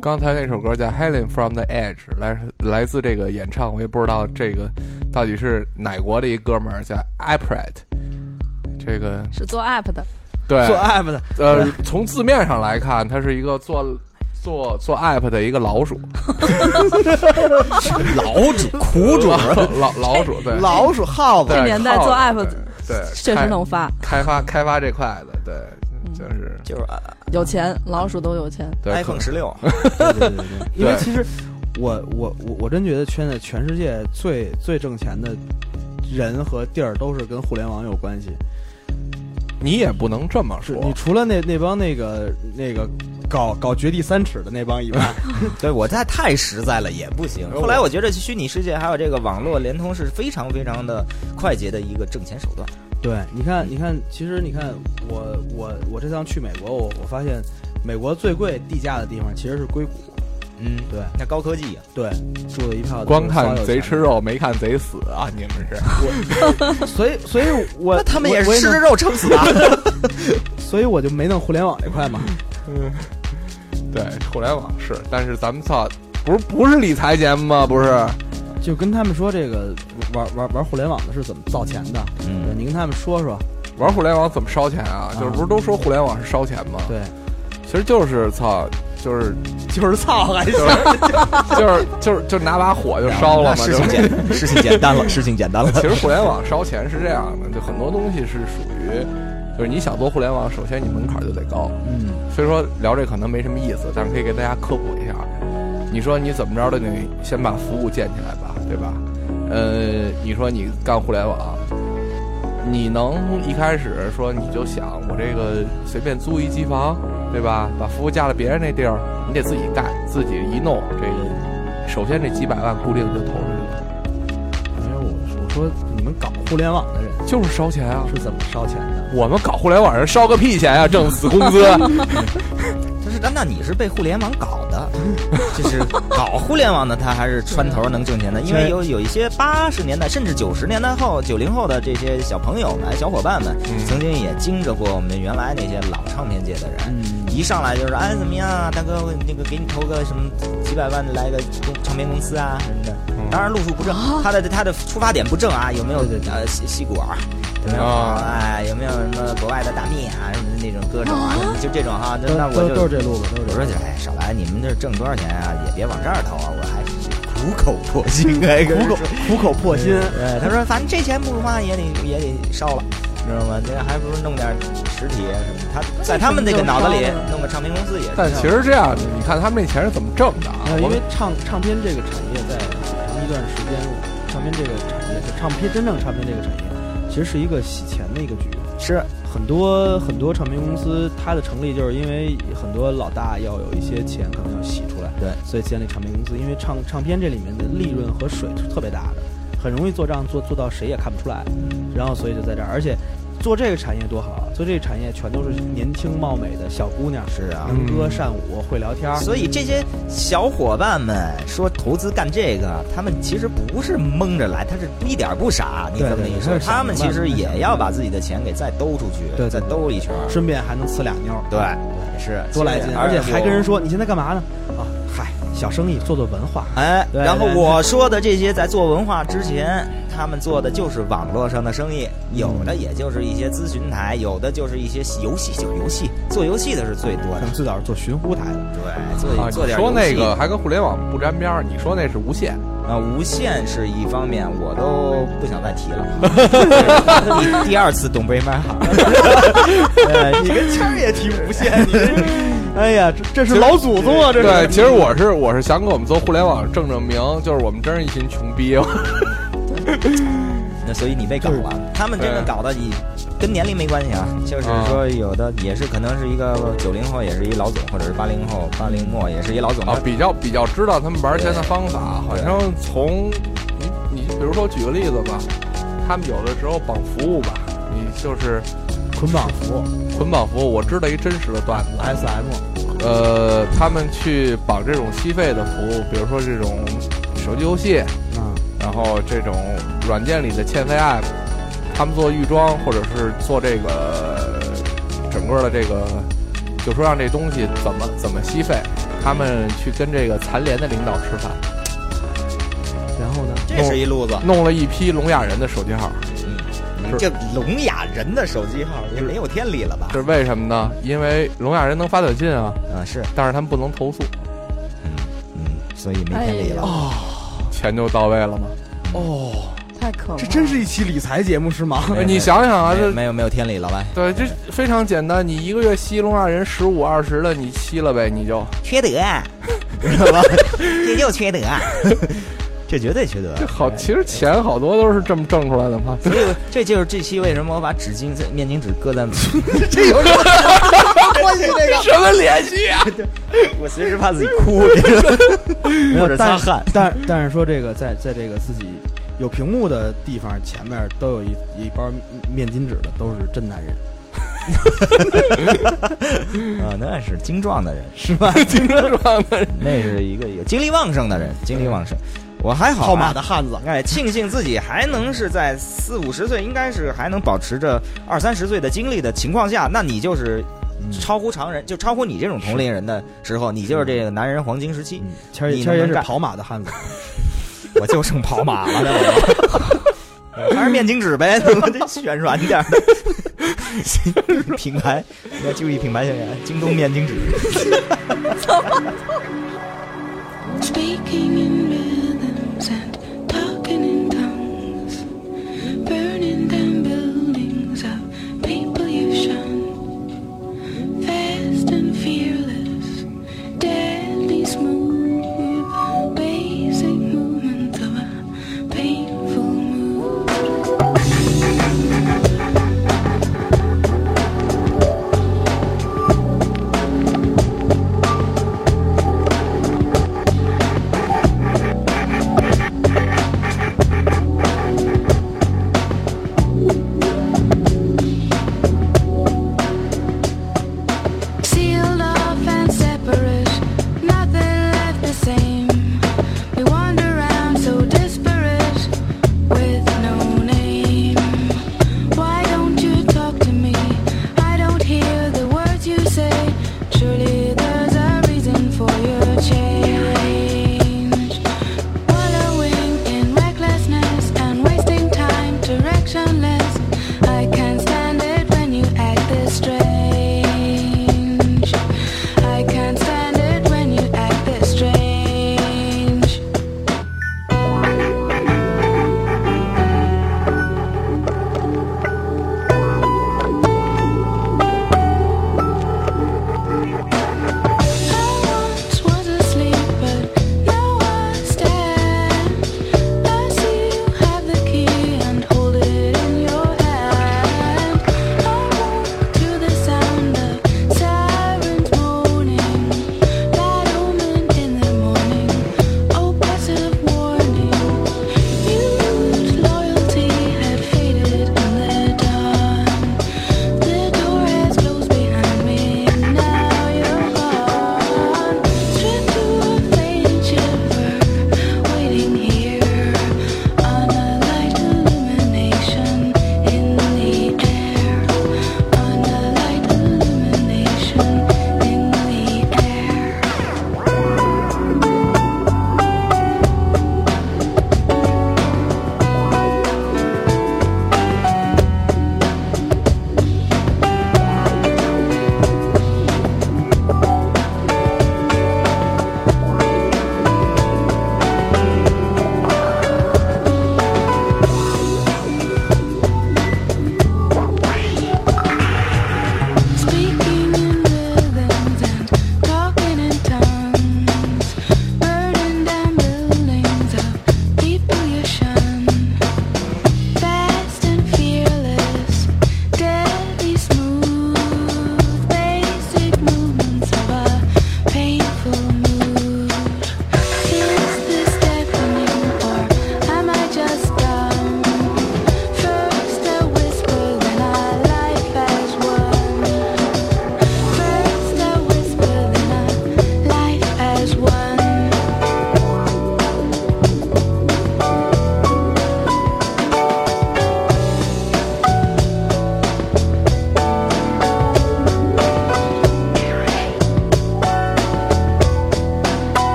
S6: 刚才那首歌叫《Helen from the Edge》，来来自这个演唱，我也不知道这个到底是哪国的一哥们儿叫 Apret，这个
S4: 是做 app 的，
S6: 对
S3: 做 app 的，
S6: 呃，从字面上来看，它是一个做做做 app 的一个老鼠，
S5: 老主苦主，
S6: 老老鼠，对，
S3: 老鼠、耗子
S6: 对，
S4: 这年代
S6: 耗子
S4: 做 app
S6: 对，对
S4: 确
S6: 开
S4: 实嗯能发，
S6: 开发开发这块的，对，就是
S5: 就是
S4: 有钱，老鼠都有钱。
S6: 对
S5: iPhone 十六，
S3: 因为
S6: 对
S3: 其实我我我我真觉得现在全世界最最挣钱的人和地儿都是跟互联网有关系。
S6: 你也不能这么
S3: 是
S6: 说
S3: 你，除了那那帮那个那个搞搞掘地三尺的那帮以外，
S5: 对我太太实在了也不行。后来我觉得虚拟世界还有这个网络联通是非常非常的快捷的一个挣钱手段。
S3: 对，你看，你看，其实你看，我我我这趟去美国，我我发现美国最贵地价的地方其实是硅谷，
S5: 嗯，
S3: 对
S5: 那高科技呀、啊
S3: 对，住的一票
S6: 光看贼吃，肉没看贼死啊，你们是。
S3: 所以所以我
S5: 那他们
S3: 我
S5: 也
S3: 我
S5: 是吃着
S3: 能
S5: 肉撑死的。
S3: 所以我就没弄互联网这块嘛，
S6: 嗯，对，互联网是，但是咱们操，不是不是理财节目吗？不是，
S5: 嗯
S3: 就跟他们说这个玩玩玩互联网的是怎么造钱的，对，你跟他们说说，
S6: 玩互联网怎么烧钱啊？就是不是都说互联网是烧钱吗？，
S3: 对，
S6: 其实就是操，就是
S3: 就是操还
S6: 就是就是就是就拿把火就烧了嘛，
S5: 事
S6: 就
S5: 情
S6: 是。
S5: 简事情简单了，事情简单了。
S6: 其实互联网烧钱是这样的，就很多东西是属于，就是你想做互联网，首先你门槛就得高，
S3: 嗯，
S6: 所以说聊这可能没什么意思，但是可以给大家科普一下。你说你怎么着都得先把服务建起来吧，对吧？呃，你说你干互联网，你能一开始说你就想我这个随便租一机房，对吧？把服务架到别人那地儿，你得自己干，自己一弄，这个首先这几百万固定就投出去了，
S3: 因为我我说你们搞互联网的人
S6: 就是烧钱啊！
S3: 是怎么烧钱的？
S6: 我们搞互联网人烧个屁钱啊，挣死工资。
S5: 就是那那你是被互联网搞的，就是搞互联网的，他还是穿头能挣钱的，因为有有一些八十年代甚至九十年代后九零后的这些小朋友们、小伙伴们，曾经也经着过我们原来那些老唱片界的人，一上来就是哎怎么样啊，大哥，我那个给你投个什么几百万来个公唱片公司啊什么的，当然路数不正，他的他的出发点不正啊，有没有呃吸吸管儿？有没有
S6: 啊
S5: 哎，有没有什么国外的大蜜啊什么的那种歌手啊，就这种哈，
S3: 都
S5: 那我
S3: 都都是
S5: 就
S3: 这路子，都是
S5: 我
S3: 这
S5: 说
S3: 路
S5: 起
S3: 子。
S5: 来，少来，你们这挣多少钱啊？也别往这儿投啊！我还苦口婆心哎，苦口。
S3: 苦口婆心，
S5: 对，他说反正这钱不花也得也得烧了，你知道吗？这还不如弄点实体啊什么。他在他们这个脑子里弄个唱片公司也是。啊
S6: 但其实这样，你看他们那钱是怎么挣的啊？
S3: 呃，因
S6: 我们
S3: 为唱唱片这个产业在很长一段时间，唱片这个产业，就唱片真正唱片这个产业，其实是一个洗钱的一个局。
S5: 是啊
S3: 很多很多唱片公司，它的成立就是因为很多老大要有一些钱，可能要洗出来，
S5: 对
S3: 所以建立唱片公司。因为唱唱片这里面的利润和水是特别大的，很容易做账，做做到谁也看不出来。然后所以就在这儿，而且做这个产业多好啊，做这个产业全都是年轻貌美的小姑娘，
S5: 是啊。
S3: 能歌善舞，会聊天儿。
S5: 所以这些小伙伴们说投资干这个，他们其实不是蒙着来，他是一点儿不傻。你
S3: 对
S5: 这么
S3: 对
S5: 一
S3: 对
S5: 说，
S3: 他是
S5: 他们
S3: 想
S5: 其
S3: 明白
S5: 实
S3: 了
S5: 也
S3: 想明
S5: 要
S3: 白
S5: 把自己的钱给再兜出去，
S3: 对对
S5: 再
S3: 对
S5: 兜一圈儿。
S3: 顺便还能呲俩妞儿，
S5: 对，是
S3: 多来劲！
S5: 是
S3: 而且还跟人
S5: 我
S3: 说你现在干嘛呢？啊，嗨，小生意做做文化，
S5: 哎，
S3: 对
S5: 然后
S3: 对
S5: 我说的这些，在做文化之前，他们做的就是网络上的生意，有的也就是一些咨询台，有的就是一些游戏，就是游戏，做游戏的是最多
S3: 可
S5: 的
S3: 能。最早是做寻呼台的，
S5: 对，做、
S6: 啊，
S5: 做
S6: 你
S5: 点
S6: 说那个
S5: 游戏
S6: 还跟互联网不沾边儿，你说那是无线，
S5: 啊、无线是一方面，我都不想再提 了。第第二次懂杯卖好，对你跟谦儿也提无线，你这
S3: 哎呀，这这是老祖宗啊！这
S6: 对，
S3: 是
S6: 其实我是我是想给我们做互联网正正名，就是我们真是一群穷逼。啊
S5: 那所以你被搞了，他们真的搞的你跟年龄没关系啊，就是说有的也是可能是一个九零后，也是一老总，或者是八零后、八零末也是一老总。
S6: 啊，比较比较知道他们玩钱的方法，啊好像从你你比如说举个例子吧，他们有的时候绑服务吧，你就是
S3: 捆绑服
S6: 捆绑服务。我知道一真实的段子，
S3: S M，
S6: 呃，他们去绑这种吸费的服务，比如说这种手机游戏，
S3: 嗯，
S6: 然后这种软件里的欠费 app，他们做预装或者是做这个整个的这个，就说让这东西怎么怎么吸费，他们去跟这个残联的领导吃饭，
S3: 然后呢？
S5: 这是一路子。
S6: 弄了一批聋哑人的手机号，
S5: 嗯，你
S6: 是
S5: 这聋哑人的手机号也没有天理了吧？
S6: 这是为什么呢？因为聋哑人能发短信啊，
S5: 啊，是，
S6: 但是他们不能投诉，
S5: 嗯，所以没天理了。
S4: 哎
S6: 钱就到位了吗？
S3: 哦，
S4: 太可怕了，
S3: 这真是一期理财节目是吗？
S5: 没有
S6: 你想想啊，
S5: 没有
S6: 这
S5: 没有没有天理了吧？
S6: 对，这非常简单，你一个月吸聋哑人十五二十的，你吸了呗，你就
S5: 缺德，啊 知道吧？这就缺德，啊 这绝对缺德。啊
S6: 这好，其实钱好多都是这么挣出来的嘛。
S5: 所以我这就是这期为什么我把纸巾面巾纸搁在，
S6: 这有什么关系？这个什么联系啊？
S5: 我随时怕自己 哭，你知道吗
S3: 没
S5: 或
S3: 有
S5: 者
S3: 但
S5: 擦汗。
S3: 但但是说这个在在这个自己有屏幕的地方前面都有一一包面面巾纸的，都是真男人，
S5: 啊，那 是精壮的人，
S3: 是吧？
S6: 精神状态，
S5: 那是一个有精力旺盛的人，精力旺盛。我还好、啊，
S3: 号码的汉子，
S5: 哎，庆幸自己还能是在四五十岁，应该是还能保持着二三十岁的精力的情况下，那你就是超乎常人，就超乎你这种同龄人的时候，你就是这个男人黄金时期。
S3: 嗯谦儿
S5: 你
S3: 爷谦儿爷
S5: 能
S3: 是
S5: 干
S3: 跑马的汉子，
S5: 我就剩跑马了，那我呃还是面巾纸 呗，我得选软点儿的品牌，要注意品牌宣言，京东面巾纸。
S10: Speaking in rhythms and talking in tongues, burning down buildings of people you shun. Fast and fearless, deadly smooth, basic movements of a painful mood.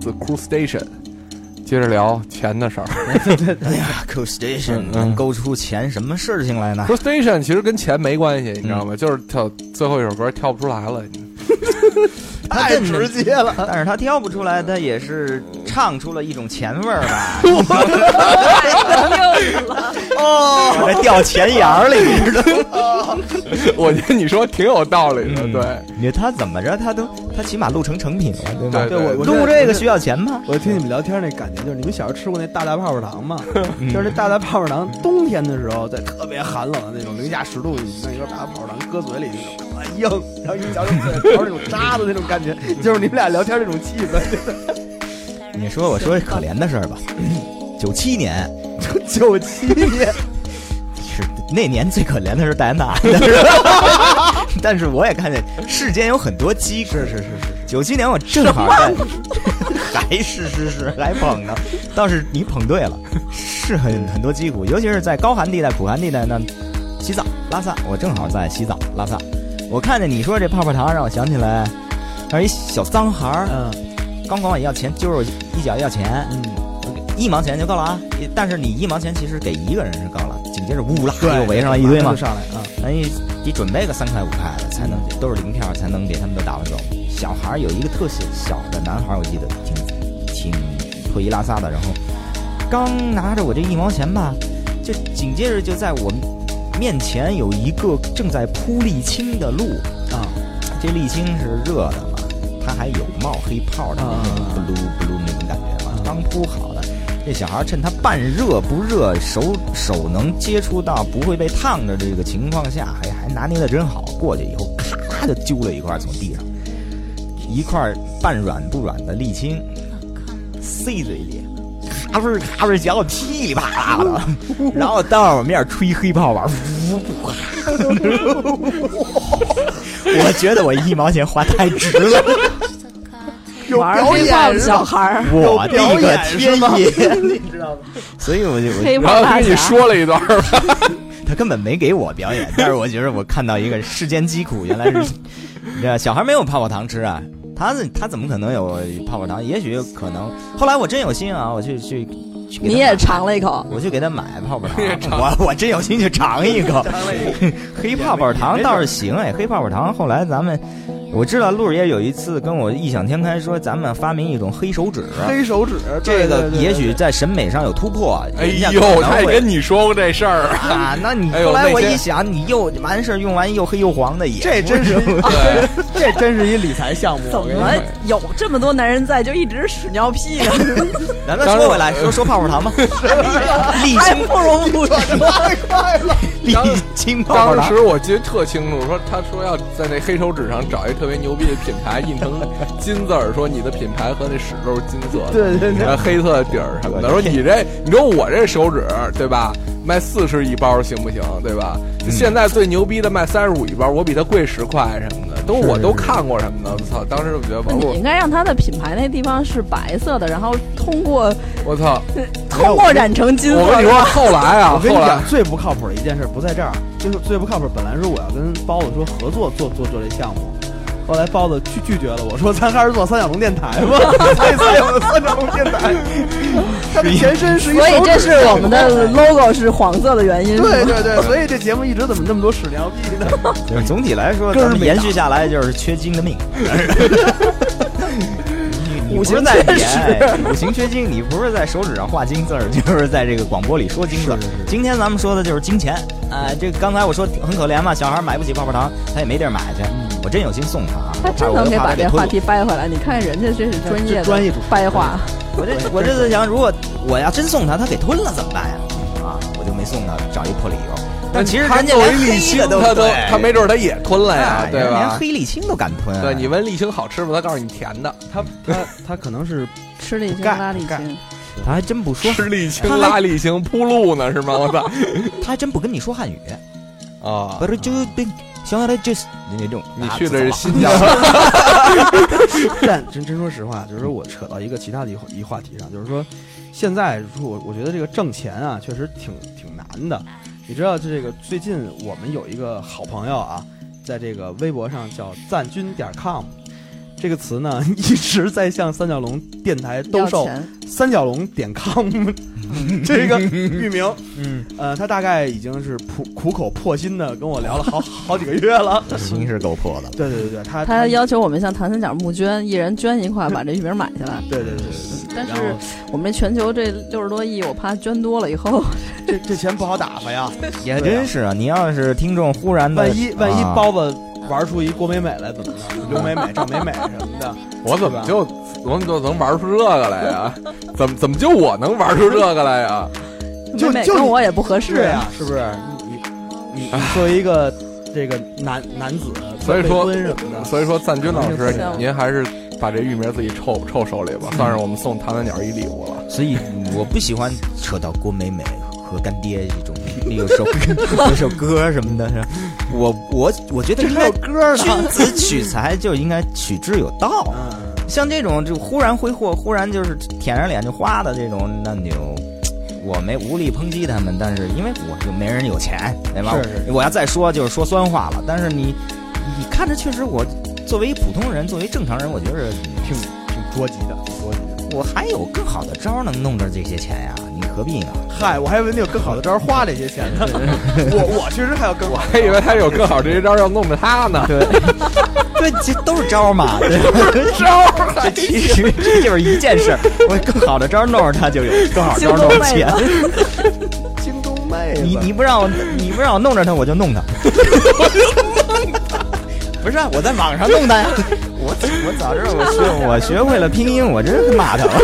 S6: 次 Cool Station，接着聊钱的事儿。
S5: 哎呀，Cool Station
S6: 嗯嗯
S5: 能勾出钱什么事情来呢？
S6: Cool Station 其实跟钱没关系，你知道吗？就是跳最后一首歌跳不出来了，
S5: 太直接了。但是他挑不出来，他也是唱出了一种钱味儿吧？ 哦，还掉钱眼儿里，你知 道吗？
S6: 我觉得你说挺有道理的，
S5: 嗯
S6: 对。
S5: 你他怎么着，他都他起码录成成品了，对吧？
S6: 对
S3: 我我
S5: 录这个需要钱吗？
S3: 我听你们聊天那感觉，就是你们小时候吃过那大大泡泡糖 吗？就是那大大泡泡糖，冬天的时候，在特别寒冷的那种零下十度，你弄一个大泡泡糖搁嘴里，那种很硬，然后一嚼就嘴嚼那种渣的那种感觉，就是你们俩聊天那种气氛。
S5: 你说，我说可怜的事儿吧。 九七 年
S3: 九七年，
S5: 是那年最可怜的是戴安娜， 但是我也看见世间有很多机是是是是。九七年我正好在， 还是是是还捧呢，倒是你捧对了，是很很多击鼓，尤其是在高寒地带、苦寒地带那，西藏、拉萨，我正好在西藏、拉萨，我看见你说这泡泡糖，让我想起来，那是一小脏孩儿，
S3: 嗯
S5: 刚管我要钱，揪着我一脚要钱，
S3: 嗯，
S5: 一毛钱就够了啊！但是你一毛钱其实给一个人是够了，紧接着呜啦又围上来一堆嘛
S3: 就，上来啊，
S5: 哎，得准备个三块五块的才能都是零票才能给他们都打发走。小孩儿有一个特小小的男孩儿，我记得挺挺破衣拉撒的，然后刚拿着我这一毛钱吧，就紧接着就在我面前有一个正在铺沥青的路
S3: 啊，
S5: 这沥青是热的嘛，它还有冒黑泡的那种
S3: 啊
S5: 不噜不噜那种感觉嘛
S3: 啊，
S5: 刚铺好的。这小孩趁他半热不热，手手能接触到不会被烫着这个情况下，哎，还拿捏的真好。过去以后，咔就揪了一块从地上，一块半软不软的沥青，塞嘴里，咔嘣咔嘣嚼，噼里啪啦的，然后当着我面吹黑泡泡，呜呜。我觉得我一毛钱花太值了，
S4: 玩黑豹的小孩 儿，
S5: 我的个天爷，你知道吗？ 所以我就我
S4: 黑
S6: 然
S4: 豹
S6: 后
S4: 大
S6: 跟你
S4: 侠。
S6: 说了一段儿，
S5: 他根本没给我表演，但是我觉得我看到一个世间疾苦，原来 是，你知道小孩没有泡泡糖吃啊，他是他怎么可能有泡泡糖？也许有可能。后来我真有心啊，我去去去给他买，
S4: 你也尝了一口，
S5: 我去给他买泡泡糖， 我我真有心去尝一口。 黑泡泡糖倒是行哎，黑泡泡糖后来咱们。我知道鹿爷有一次跟我异想天开说，咱们发明一种黑手指，
S3: 黑手指，
S5: 啊这个
S3: 对对对
S5: 也许在审美上有突破。
S6: 哎
S5: 人家可
S6: 呦，
S5: 能
S6: 他也
S5: 会
S6: 跟你说过这事儿，
S5: 啊，那你
S6: 哎呦
S5: 后来我
S6: 那些
S5: 一想，你又完事儿用完又黑又黄的也，
S3: 这真是 一
S6: 对，
S3: 这真是一理财项目。
S4: 怎
S3: 我跟你
S4: 么
S3: 说
S4: 有这么多男人在，就一直屎尿屁呢？
S5: 咱们说回来说说泡 泡糖吧，沥
S4: 还
S5: 青
S3: 哎
S4: 不容不说。
S5: 沥青泡泡
S6: 当
S5: 糖
S6: 时，我记得特清楚，说他说要在那黑手指上找一特别牛逼的品牌，印成金字儿，说你的品牌和那屎都是金色的，
S3: 对对对
S6: 然后黑色的底儿什么的。说你这，你说我这手指对吧，卖四十一包行不行？对吧？现在最牛逼的卖三十五一包，我比它贵十块什么的，都我都看过什么的。我操，当时就觉得
S4: 那
S6: 王
S4: 你
S6: 璐
S4: 应，该让他的品牌那地方是白色的，然后通过
S6: 我操！
S4: 通过染成金
S6: 我跟
S4: 色
S6: 你
S4: 的。
S6: 说，后来啊，
S3: 我跟你
S6: 后 来
S3: 讲，最不靠谱的一件事不在这儿，就是最不靠谱。本来说我要跟包子说合作做做做这项目，后来包子拒拒绝了我说，咱还是做三角龙电台吧。 所以才有了三角龙电台，它的前身是一手
S4: 所
S3: 指。
S4: 以这是我们的 logo 是黄色的原因，
S3: 对
S4: 是吗？
S3: 对对，所以这节目一直怎么那么多屎尿屁呢？
S5: 就是总体来说，
S3: 根儿
S5: 咱们
S3: 没
S5: 延
S3: 打
S5: 续下来就是缺金的 命。你你不是
S3: 行
S5: 在
S3: 缺
S5: 演哎五行缺金，你不是在手指上画金字儿，就是在这个广播里说金字儿。今天咱们说的就是金钱啊、这刚才我说很可怜嘛，小孩买不起泡泡糖，他也没地儿买去。
S6: 嗯
S5: 我真有心送他啊，
S4: 他真
S5: 我怕
S4: 能
S5: 我又
S4: 给
S5: 怕
S4: 把
S5: 他给
S4: 这
S5: 推
S4: 话
S5: 走
S4: 题掰回来，你看人家这是专业的
S3: 专业主持
S4: 掰话，
S5: 我这我这在想，如果我要真送他，他给吞了怎么办呀？啊，我就没送他，找一破理由。但其实
S6: 他
S5: 人家
S6: 作为
S5: 连
S6: 沥
S5: 黑
S6: 青，
S5: 的都
S6: 他都
S5: 对
S6: 他没准儿他也吞了呀，
S5: 哎
S6: 对
S5: 人家连
S6: 吧？
S5: 黑沥青都敢吞。
S6: 对你问沥青好吃吗？他告诉你甜的。
S3: 他他他可能是
S4: 吃力青
S3: 干
S4: 拉力
S3: 干
S4: 青，
S5: 他还真不说，
S6: 吃沥青
S5: 他还
S6: 拉沥青铺路呢是吗？我操
S5: 他还真不跟你说汉语。
S6: 啊
S5: 不！是就对，想来就是那种。
S6: 你
S5: 啊
S6: 去的
S5: 自
S6: 是新疆，
S3: 但真真说实话，就是说我扯到一个其他的一话一话题上，就是说，现在如果我觉得这个挣钱啊，确实挺挺难的。你知道这个最近我们有一个好朋友啊，在这个微博上叫赞军点 com，这个词呢， 一直在向三角龙电台兜售
S4: 要钱
S3: 三角龙点 com 这个域名。
S5: 嗯，
S3: 呃，他大概已经是苦苦口婆心的跟我聊了好好几个月了。
S5: 心是够破的。
S3: 对对对对，他
S4: 他要求我们向唐三角募捐，一人捐一块，把这域名买下来。
S3: 对对对对，
S4: 但
S3: 然
S4: 是
S3: 后
S4: 我们这全球这六十多亿，我怕捐多了以后，
S3: 这这钱不好打发呀，
S5: 也还真是啊！你要是听众忽然的，
S3: 万一万一
S5: 啊
S3: 包子玩出一郭美美来怎么着？刘美美、赵美美什么 的，
S6: 我怎么就我怎么就能玩出这个来呀？怎么怎么就我能玩出这个来呀？
S3: 就
S4: 美美
S3: 就
S4: 跟
S3: 你
S4: 我也不合适
S3: 是呀，是不是？你你你作为一个这个男男子，
S6: 哎所以
S3: 未
S6: 说
S3: 婚什么的，
S6: 所以说，赞君老师
S4: 是啊，。
S6: 您还是把这域名自己抽抽手里吧，算是我们送唐三角一礼物了。
S5: 所以我不喜欢扯到郭美美和干爹这种，有首 有首歌什么的，是吧我我我觉得应该
S3: 歌
S5: 君子取材就应该取之有道。
S3: 嗯，
S5: 像这种就忽然挥霍，忽然就是舔着脸就花的这种，那你就我没无力抨击他们，但是因为我就没人有钱，对吧？
S3: 是
S5: 我要再说就是说酸话了，但是你你看着确实我作为一普通人，作为正常人，我觉着
S3: 挺挺着急的，挺着急的。
S5: 我还有更好的招儿能弄着这些钱呀、你何必呢？
S3: 嗨，我还以为你有更好的招儿花这些钱 呢。我我确实还有更好
S6: 还以为他有更好这一招要弄着他呢。对，
S5: 对，这都是招儿嘛，对吧？
S6: 招
S5: 这其实这就是一件事儿，我更好的招儿弄着他就有更好的招儿弄着钱。
S3: 京东妹
S5: 你你不让我你不让我弄着他，我就弄他。 不是啊、我在网上弄他呀。 我我早知道我学我学会了拼音，我真骂 他了。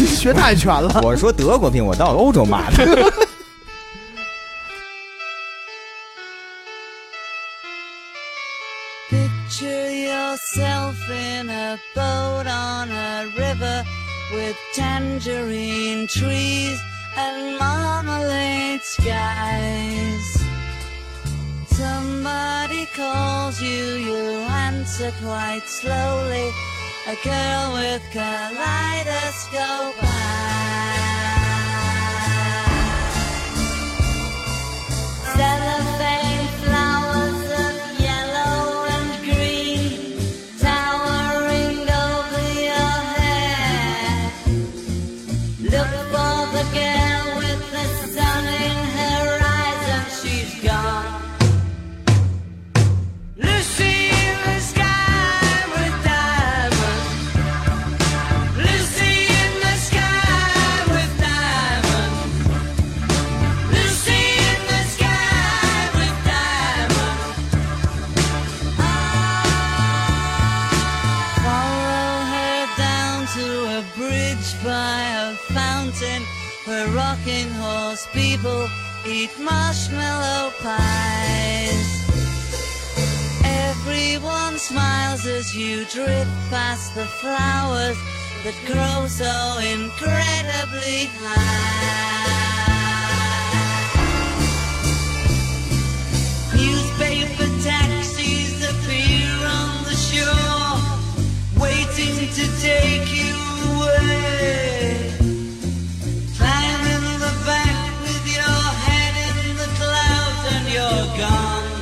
S3: 你学泰拳了，
S5: 我说德国拼，我到欧洲骂他。
S11: Picture yourself in a boat on a river with tangerine trees and marmalade skies. Somebody calls you, you answer quite slowly. A girl with kaleidoscope eyes. Cellophane flowers of yellow and green towering over your head. Look for the girl with the sun in her eyes and she's gone. Lucy in the sky with diamonds. Lucy in the sky with diamonds. Lucy in the sky with diamonds. Follow her down to a bridge by a fountain where rocking horse people eat marshmallow pies. Everyone smiles as you drift past the flowers that grow so incredibly high. Newspaper taxis appear on the shore, waiting to take you away. Climb in the back with your head in the clouds and you're gone.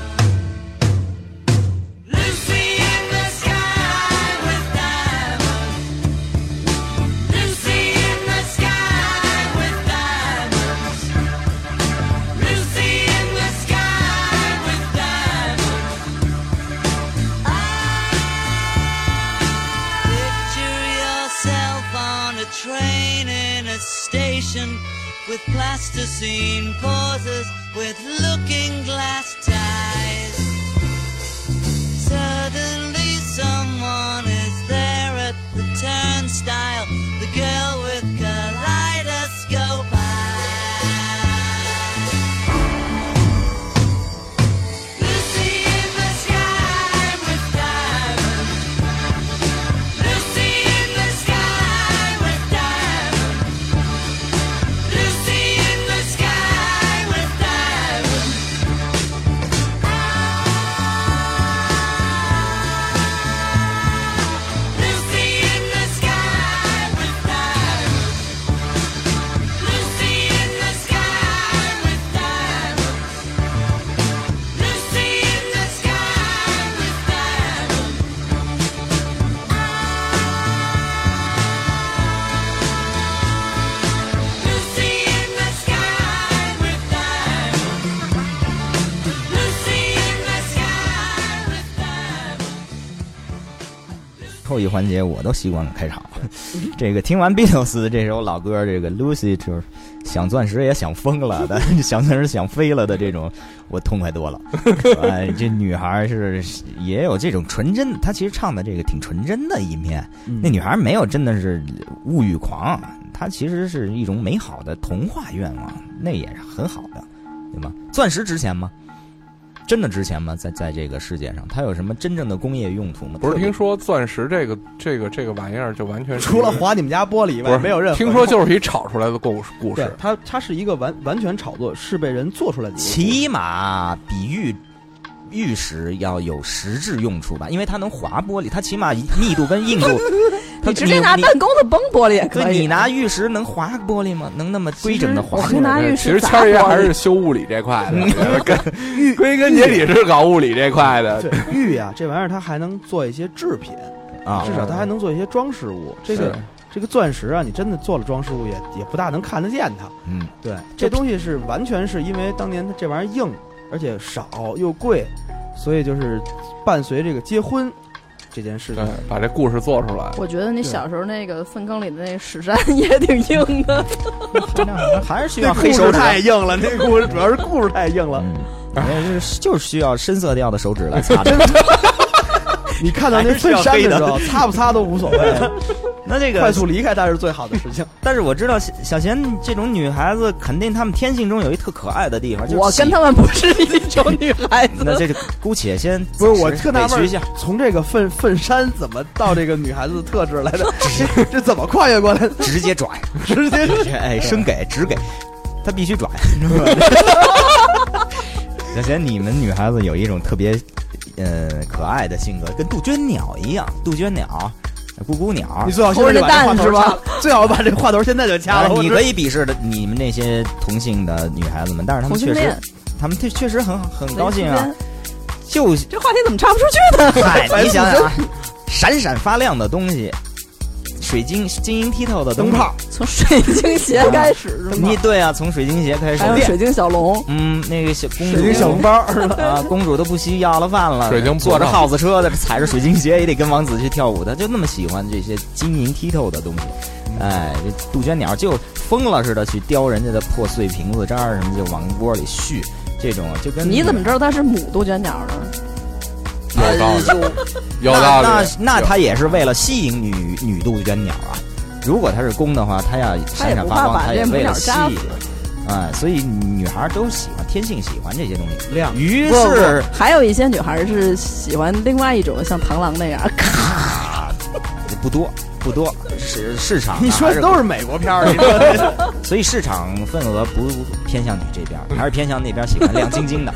S11: Lucy in the sky with diamonds. Lucy in the sky with diamonds. Lucy in the sky with diamonds. Picture yourself on a train in a station with plasticine pauses with looking glass ties. Suddenly someone is there at the turnstile, the girl with kaleidoscope eyes. Lucy in the sky with diamonds. Lucy in the sky with diamonds. Lucy in the sky with diamonds.
S5: 后一环节我都习惯了开场。 这个听完 Beatles 这首老歌，这个 Lucy 就是想钻石也想疯了的， 想钻石想飞了的这种，我痛快多了。 哎，这女孩是也有这种纯真，她其实唱的这个挺纯真的一面。那女孩没有真的是物欲狂，她其实是一种美好的童话愿望，那也是很好的，对吗？钻石值钱吗？真的值钱吗？在在这个世界上，它有什么真正的工业用途吗？
S6: 不
S5: 特
S6: 是
S5: 别
S6: 听说钻石这个这个这个玩意儿就完全是
S3: 除了划你们家玻璃以
S6: 不是
S3: 外，没有任何。
S6: 听说就是一炒出来的故事故
S3: 对
S6: 事，
S3: 它，它是一个完完全炒作，是被人做出来的一个故事。
S5: 起码比玉玉石要有实质用处吧，因为它能划玻璃，它起码密度跟硬度
S4: 你直接拿弹弓子崩玻璃也
S5: 可
S4: 可以。
S5: 你拿玉石能划玻璃吗？能那么规整的
S4: 我
S5: 划
S4: 可以
S5: 过来
S4: 拿
S5: 吗？
S4: 玉
S6: 对
S4: 石
S6: 其实
S4: 砸
S6: 谦儿爷
S4: 玻璃
S6: 还是修物理这块
S3: 嗯
S6: 的， 跟归根结底是搞物理这块的。
S3: 对玉啊，这玩意儿它还能做一些制品，
S5: 啊
S3: 至，少它还能做一些装饰物。这个这个钻石啊，你真的做了装饰物也也不大能看得见它。
S5: 嗯，
S3: 对，这东西是完全是因为当年它这玩意儿硬，而且少又贵，所以就是伴随这个结婚这件事
S6: 对
S3: 情。，
S6: 把这故事做出来。
S4: 我觉得你小时候那个粪坑里的那屎山 也挺硬的，
S5: 还是需
S3: 那
S5: 要
S3: 故事
S5: 黑手指。
S3: 太硬了，那故事主要是故事太硬了。
S5: 嗯，反正是就是需要深色调的手指来擦的。
S3: 你看到那粪山的时候，擦不擦都无所 谓，
S5: 那这
S3: 快速离开它是最好的事情。
S5: 但是我知道小小贤这种女孩子，肯定她们天性中有一特可爱的地方。就是
S4: 我
S5: 喜
S4: 跟他们不是一种女孩子。
S5: 那这就姑且先
S3: 不是我
S5: 暂时
S3: 特纳
S5: 委屈
S3: 闷
S5: 一下
S3: 儿，，从这个粪粪山怎么到这个女孩子的特质来 的？这这怎么跨越过来的？
S5: 直接拽。
S3: 直接
S5: 哎，生给只给，他必须转。 小贤，你们女孩子有一种特别，呃，可爱的性格，跟杜鹃鸟一样。杜鹃鸟，咕咕鸟
S3: 你，最好现在就把这话头
S4: 偷着
S3: 掐，最好把这话头现在就掐
S5: 啊
S3: 了。
S5: 你
S3: 我
S5: 可以鄙视的你们那些同性的女孩子们，但是她
S4: 同
S5: 们
S4: 性
S5: 确实
S4: 恋，，
S5: 她们确确实很很高兴啊。就
S4: 这话题怎么插不出去呢？
S5: 嗨，你想想啊，闪闪发亮的东西，水晶晶莹剔透的
S3: 灯
S5: 东西
S3: 泡，
S4: 从水晶鞋开始是吗？
S5: 你对啊，从水晶鞋开始
S4: 还有，水晶小龙，
S5: 嗯，那个小公主，
S3: 水晶小笼包是吧？
S5: 啊，公主都不惜要了饭了，
S6: 水晶不
S5: 坐着
S6: 放
S5: 耗子车的，踩着水晶鞋也得跟王子去跳舞，她就那么喜欢这些晶莹剔透的东西。哎，这杜鹃鸟就疯了似的去叼人家的破碎瓶子渣儿什么，就往窝里续，这种就跟
S4: 你怎么知道它是母杜鹃鸟呢？
S6: 有道理，有道
S5: 那
S6: 理
S5: 哎那。那它也是为了吸引女女杜鹃鸟啊。如果它是公的话，它要闪
S4: 它也
S5: 闪发
S4: 不怕把
S5: 光，它也
S4: 这母
S5: 为
S4: 鸟
S5: 了吸
S4: 扎
S5: 引。啊、所以女孩都喜欢，天性喜欢这些东西。
S3: 亮
S5: 于
S4: 不不
S5: 是
S4: 还有一些女孩是喜欢另外一种，像螳螂那样，咔
S5: 不多不多，市市场 啊、
S3: 你说
S5: 还
S3: 的
S5: 是
S3: 都是美国片儿，你 说的
S5: 所以市场份额不偏向你这边，还是偏向那边喜欢亮晶晶的。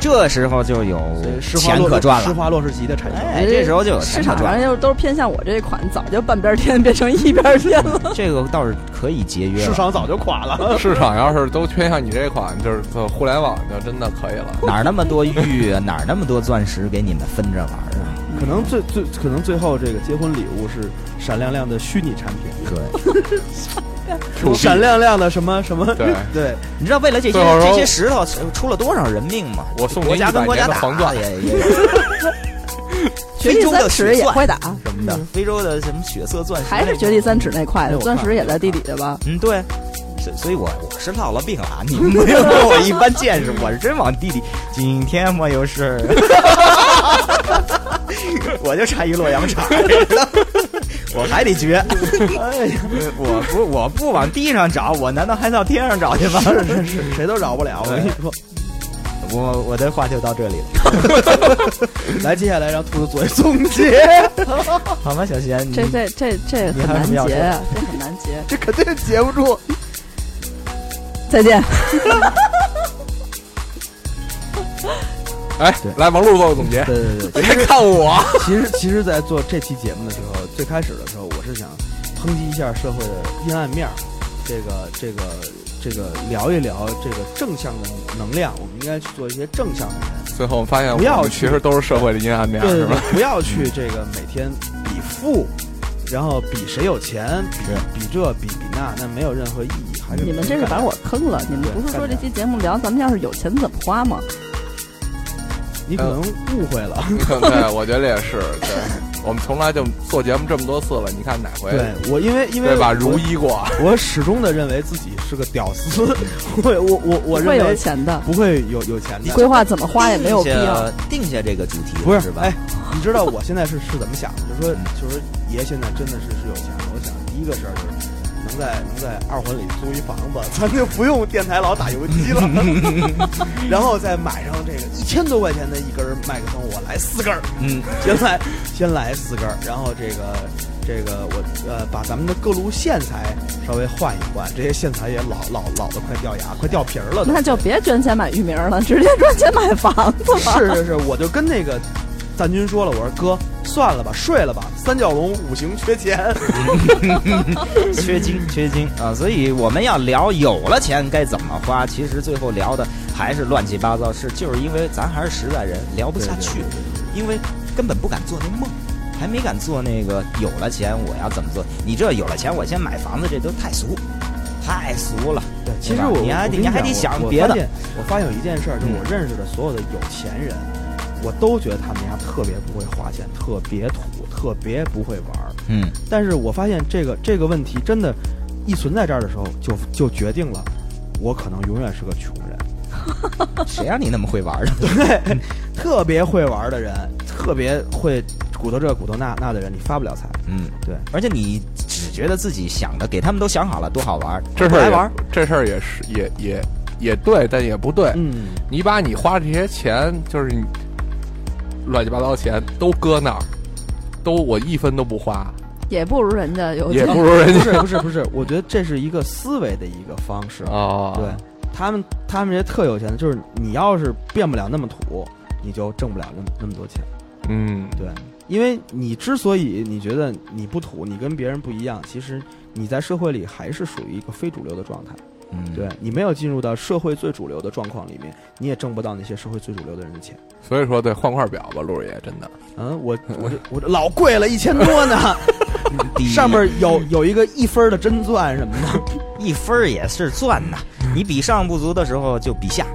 S5: 这时候就有
S3: 施华
S5: 钱
S3: 洛
S5: 可
S3: 世
S5: 赚
S3: 施
S5: 了。
S3: 华洛世奇的产生。
S5: 哎，这时候就有
S4: 市
S5: 钱可
S4: 场
S5: 赚
S7: 啊
S4: 上
S5: 了。
S4: 就都是偏向我这款，早就半边天变成一边天了。
S5: 这个倒是可以节约
S3: 市
S5: 了。
S3: 场早就垮了，
S6: 市场要是都偏向你这款，就是做互联网就真的可以了。
S5: 哪儿那么多玉，啊 哪儿那么多钻石给你们分着玩儿啊？
S3: 可能最最可能最后这个结婚礼物是闪亮亮的虚拟产品，
S5: 对。
S3: 闪亮亮的什么什么
S6: 对
S3: 对，
S5: 你知道为了这些
S6: 最后说
S5: 这些石头出了多少人命吗？
S6: 我送你
S5: 国家跟国家
S6: 100年的黄
S5: 打
S6: 钻
S5: 也也
S4: 掘地三尺也会打，
S3: 嗯
S5: 什么的，非洲的什么血色钻石
S4: 还是
S5: 那种
S4: 掘地三尺那块
S3: 哎
S4: 的，
S3: 我
S4: 钻石
S3: 看
S4: 也在地底下吧？
S5: 嗯对，所所以我我是落了病了啊！你们没有跟我一般见识，我是真往地里。今天没有事儿， 我就差一洛阳铲， 我还得掘。哎呀，我不我不往地上找，我难道还到天上找去吗？哎
S3: 是是是，谁都饶不了。我跟你说，
S5: 我我的话就到这里了，
S3: 来，接下来让兔子做一总结，
S5: 好吗，小贤？你
S4: 这这这这
S5: 你
S4: 很
S5: 还有什
S4: 难
S5: 么要
S4: 结
S5: 说
S4: 啊，这很难结。
S3: 这肯定截不住。
S4: 再见。
S6: 哎，来王璐做个总结，
S3: 对对对，
S6: 别看我。
S3: 其实其实，在做这期节目的时候，最开始的时候，我是想抨击一下社会的阴暗面儿，这个这个这个聊一聊这个正向的能量，我们应该去做一些正向的人。
S6: 最后我们发现，
S3: 不要
S6: 我们
S3: 去
S6: 其实都是社会的阴暗面，
S3: 对
S6: 是
S3: 对
S6: 吧？
S3: 对，不要去这个每天比富，然后比谁有钱，比比这比比那，那没有任何意义。还是
S4: 你们这是把我坑了！你们
S3: 嗯
S4: 不是说这期节目聊咱们要是有钱怎么花吗？呃
S3: 你可能误会了。
S6: 对，我觉得也是。对，我们从来就做节目这么多次了，你看哪回
S3: 对我，因为因为
S6: 哎对吧？
S3: 我
S6: 如一过，
S3: 我始终的认为自己是个屌丝， 我我我我
S4: 会
S3: 认
S4: 有
S3: 为
S4: 钱的，
S3: 不会有有钱的。
S4: 规划怎么花也没有必
S3: 啊
S4: 要。
S5: 定下这个主题了
S3: 不
S5: 是吧？嗯
S3: 哎，你知道我现在是是怎么想的？就是说，就是说爷现在真的是是有钱了。我想第一个事儿就是能在能在二环里租一房子，咱就不用电台老打游击 了。然后再买上这个一千多块钱的一根麦克风，我来四根儿，
S5: 嗯，
S3: 先来先来四根儿，然后这个这个我呃把咱们的各路线材稍微换一换，这些线材也老老老的快掉牙，快掉皮儿了都。
S4: 那就别捐钱买域名了，直接捐钱买房子吧。
S3: 是是是，我就跟那个赞军说了，我说哥，算了吧，睡了吧，三角龙五行缺钱，
S5: 缺金，缺金啊！所以我们要聊有了钱该怎么花，其实最后聊的还是乱七八糟事，就是因为咱还是实在人，聊不下去，因为根本不敢做那梦，还没敢做那个有了钱我要怎么做？你这有了钱我先买房子，这都太俗，太俗了。
S3: 对，其
S5: 对
S3: 实
S5: 吧
S3: 我
S5: 你还
S3: 我
S5: 得
S3: 跟
S5: 你还
S3: 讲
S5: 得想
S3: 我
S5: 别
S3: 我
S5: 的
S3: 发现我发现有一件事儿，就是我认识的所有的有钱人，我都觉得他们家特别不会花钱，特别土，特别不会玩儿。
S5: 嗯，
S3: 但是我发现这个这个问题真的，一存在这儿的时候，就就决定了我可能永远是个穷人。
S5: 嗯谁让你那么会玩的？
S3: 特别会玩儿的人，特别会鼓捣这鼓捣那那的人，你发不了财。
S5: 嗯，
S3: 对。
S5: 而且你只觉得自己想的给他们都想好了，多好玩，
S6: 这事
S5: 不
S6: 儿
S5: 来玩
S6: 也。这事儿也是也也也对，但也不对。
S3: 嗯，
S6: 你把你花这些钱，就是你乱七八糟钱都搁那儿，都我一分都不花，
S4: 也不如人家有
S6: 也
S4: 钱。
S6: 不如人
S3: 不
S6: 家
S3: 是不是不是，我觉得这是一个思维的一个方式。啊
S6: 哦
S3: 对他们，他们这些特有钱的，就是你要是变不了那么土，你就挣不了那么那么多钱。
S6: 嗯，
S3: 对，因为你之所以你觉得你不土，你跟别人不一样，其实你在社会里还是属于一个非主流的状态。
S5: 嗯，
S3: 对你没有进入到社会最主流的状况里面，你也挣不到那些社会最主流的人的钱。
S6: 所以说对换块表吧，陆爷真的
S3: 嗯，我我这我这老贵了，一千多呢，
S5: 第一
S3: 上面有有一个一分儿的真钻什么的。
S5: 一分儿也是赚呐。你比上不足的时候就比下，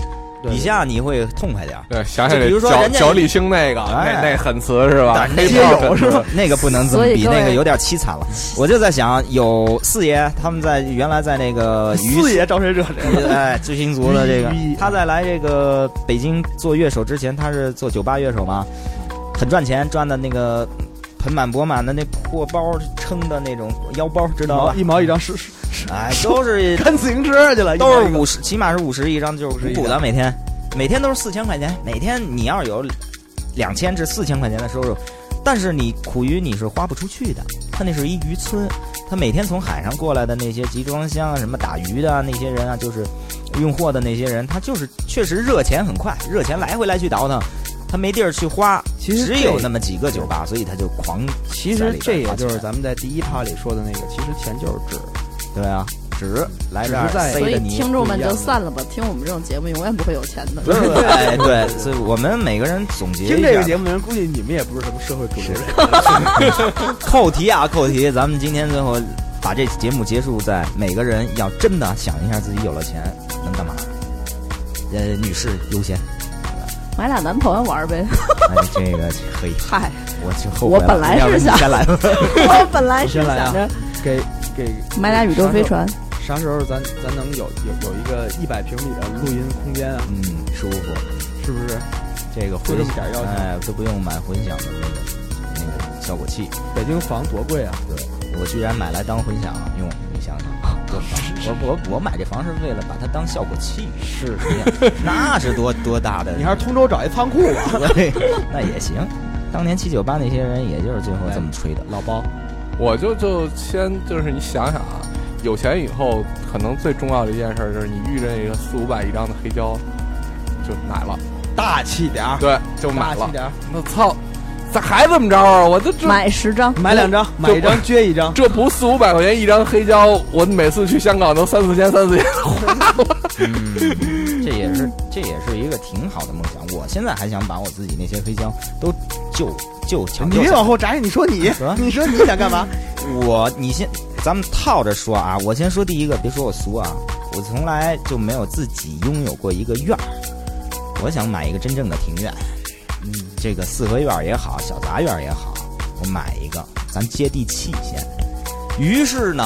S3: 对
S5: 比下你会痛快点儿。
S6: 对，想想
S5: 就比
S6: 这
S5: 如说
S6: 脚
S5: 人家
S6: 脚力星那个，那
S5: 哎
S6: 那狠词是吧？
S5: 那
S6: 黑豹狠
S5: 是
S6: 词
S5: 吧？那个不能这么
S4: 所以
S5: 比，
S4: 各位
S5: 那个有点凄惨了。我就在想，有四爷他们在原来在那个鱼
S3: 四爷招谁惹谁了？
S5: 哎知行族的这个
S3: 鱼，
S5: 他在来这个北京做乐手之前，他是做酒吧乐手嘛，很赚钱，赚的那个盆满钵满的那破包撑的那种腰包，知道吧
S3: 一？毛一张是是
S5: 哎，都是
S3: 看自行车去了，
S5: 都
S3: 一毛一
S5: 是
S3: 个
S5: 五十，起码是五十一张，就是补补的每天，每天都是四千块钱，每天你要是有两千至四千块钱的收入，但是你苦于你是花不出去的，他那是一渔村，他每天从海上过来的那些集装箱啊，什么打鱼的啊那些人啊，就是运货的那些人，他就是确实热钱很快，热钱来回来去倒腾。他没地儿去花，
S3: 其实
S5: 只
S3: 这
S5: 有那么几个酒吧，所以他就狂
S3: 其
S5: 在
S3: 实
S5: 里边
S3: 这也
S5: 花
S3: 就是
S5: 钱
S3: 咱们在第一趴里说的那个，其实钱就是纸。
S5: 对啊，只来
S3: 只
S5: 这儿
S3: 是在
S5: 塞
S4: 所
S5: 着
S4: 以
S5: 你，
S4: 听众们就散了吧，听我们这种节目永远不会有钱的。
S5: 对对，所以我们每个人总结一下
S3: 听这个节目的人，估计你们也不是什么社会主流人。
S5: 扣题啊，扣题！咱们今天最后把这节目结束在每个人要真的想一下自己有了钱能干嘛。呃，女士优先。
S4: 买俩男朋友玩呗。
S5: 哎，这个 嘿，
S4: 嗨，
S5: 我就后悔了。
S4: 我本来
S5: 要不
S4: 是
S5: 你
S4: 想
S5: 先来吧。
S4: 我本来是
S3: 我先来啊
S4: 想着
S3: 给给
S4: 买俩宇宙飞，船，
S3: 啥时候啥时候咱咱能有有有一个一百平米的录音空间啊？
S5: 嗯，舒服。
S3: 是不是？
S5: 这
S3: 就
S5: 个混
S3: 这么点儿要求
S5: 哎，都不用买混响的那个那个效果器。
S3: 北京房多贵啊！
S5: 对，我居然买来当混响用，你想想， 多棒！我我我买这房是为了把它当效果器，哎
S3: 是，
S5: 那是多多大的
S3: 你还是通州找一仓库吧。
S5: 对，那也行。当年七九八那些人，也就是最后这么吹的。
S3: 哎 老包，
S6: 我就就先就是你想想啊，有钱以后，可能最重要的一件事儿就是你遇见一个四五百一张的黑胶，就买了，
S3: 大气点儿，
S6: 对，就买
S3: 大
S6: 了
S3: 气。点儿，
S6: 那操，咋还怎么着啊？我这这
S4: 买十张，
S3: 买两张，买一张撅一张。
S6: 这不四五百块钱一张黑胶，我每次去香港都三四千三四千。
S3: 嗯
S5: 这也是这也是一个挺好的梦想。我现在还想把我自己那些黑胶都就就抢
S3: 啊你
S5: 救
S3: 别
S5: 下
S3: 往
S5: 来。
S3: 后摘，你说你
S5: 啊，
S3: 你说你想干嘛？
S5: 我你先，咱们套着说啊。我先说第一个，别说我俗啊，我从来就没有自己拥有过一个院儿。我想买一个真正的庭院，嗯，这个四合院儿也好，小杂院儿也好，我买一个，咱接地气些。于是呢，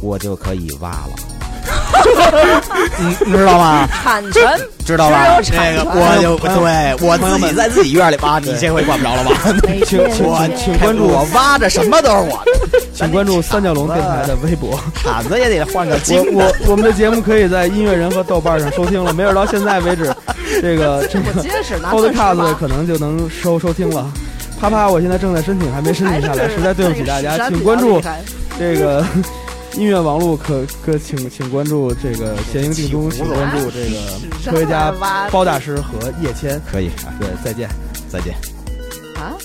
S5: 我就可以挖了， 你你知道吗？
S4: 产 权
S5: 知道吧？那个我就
S3: 朋友
S5: 对我自己在自己院里挖，你这回管不着了吧？
S4: 哎
S3: 请请请关注
S5: 我挖着什么都是我的，
S3: 哎请哎关注三角龙电台的微博。
S5: 铲子也得换个金
S3: 我我我们的节目可以在音乐人和豆瓣上收听了，没准到现在为止，这个这
S4: 我
S3: 个
S4: 结实拿钻石
S3: Podcast
S4: 啊吧。
S3: 可能就能收收听了。啪啪，我现在正在申请，还没申请下
S4: 哎
S3: 来，实在对不起大
S4: 还
S3: 家，
S4: 是比
S3: 请
S4: 较
S3: 关注
S4: 厉害
S3: 这个音乐网络可可请请关注这个闲云定中，请关注这个科学家包大师和叶谦。
S5: 啊可以，
S3: 对，再见。
S5: 再见。
S4: 啊。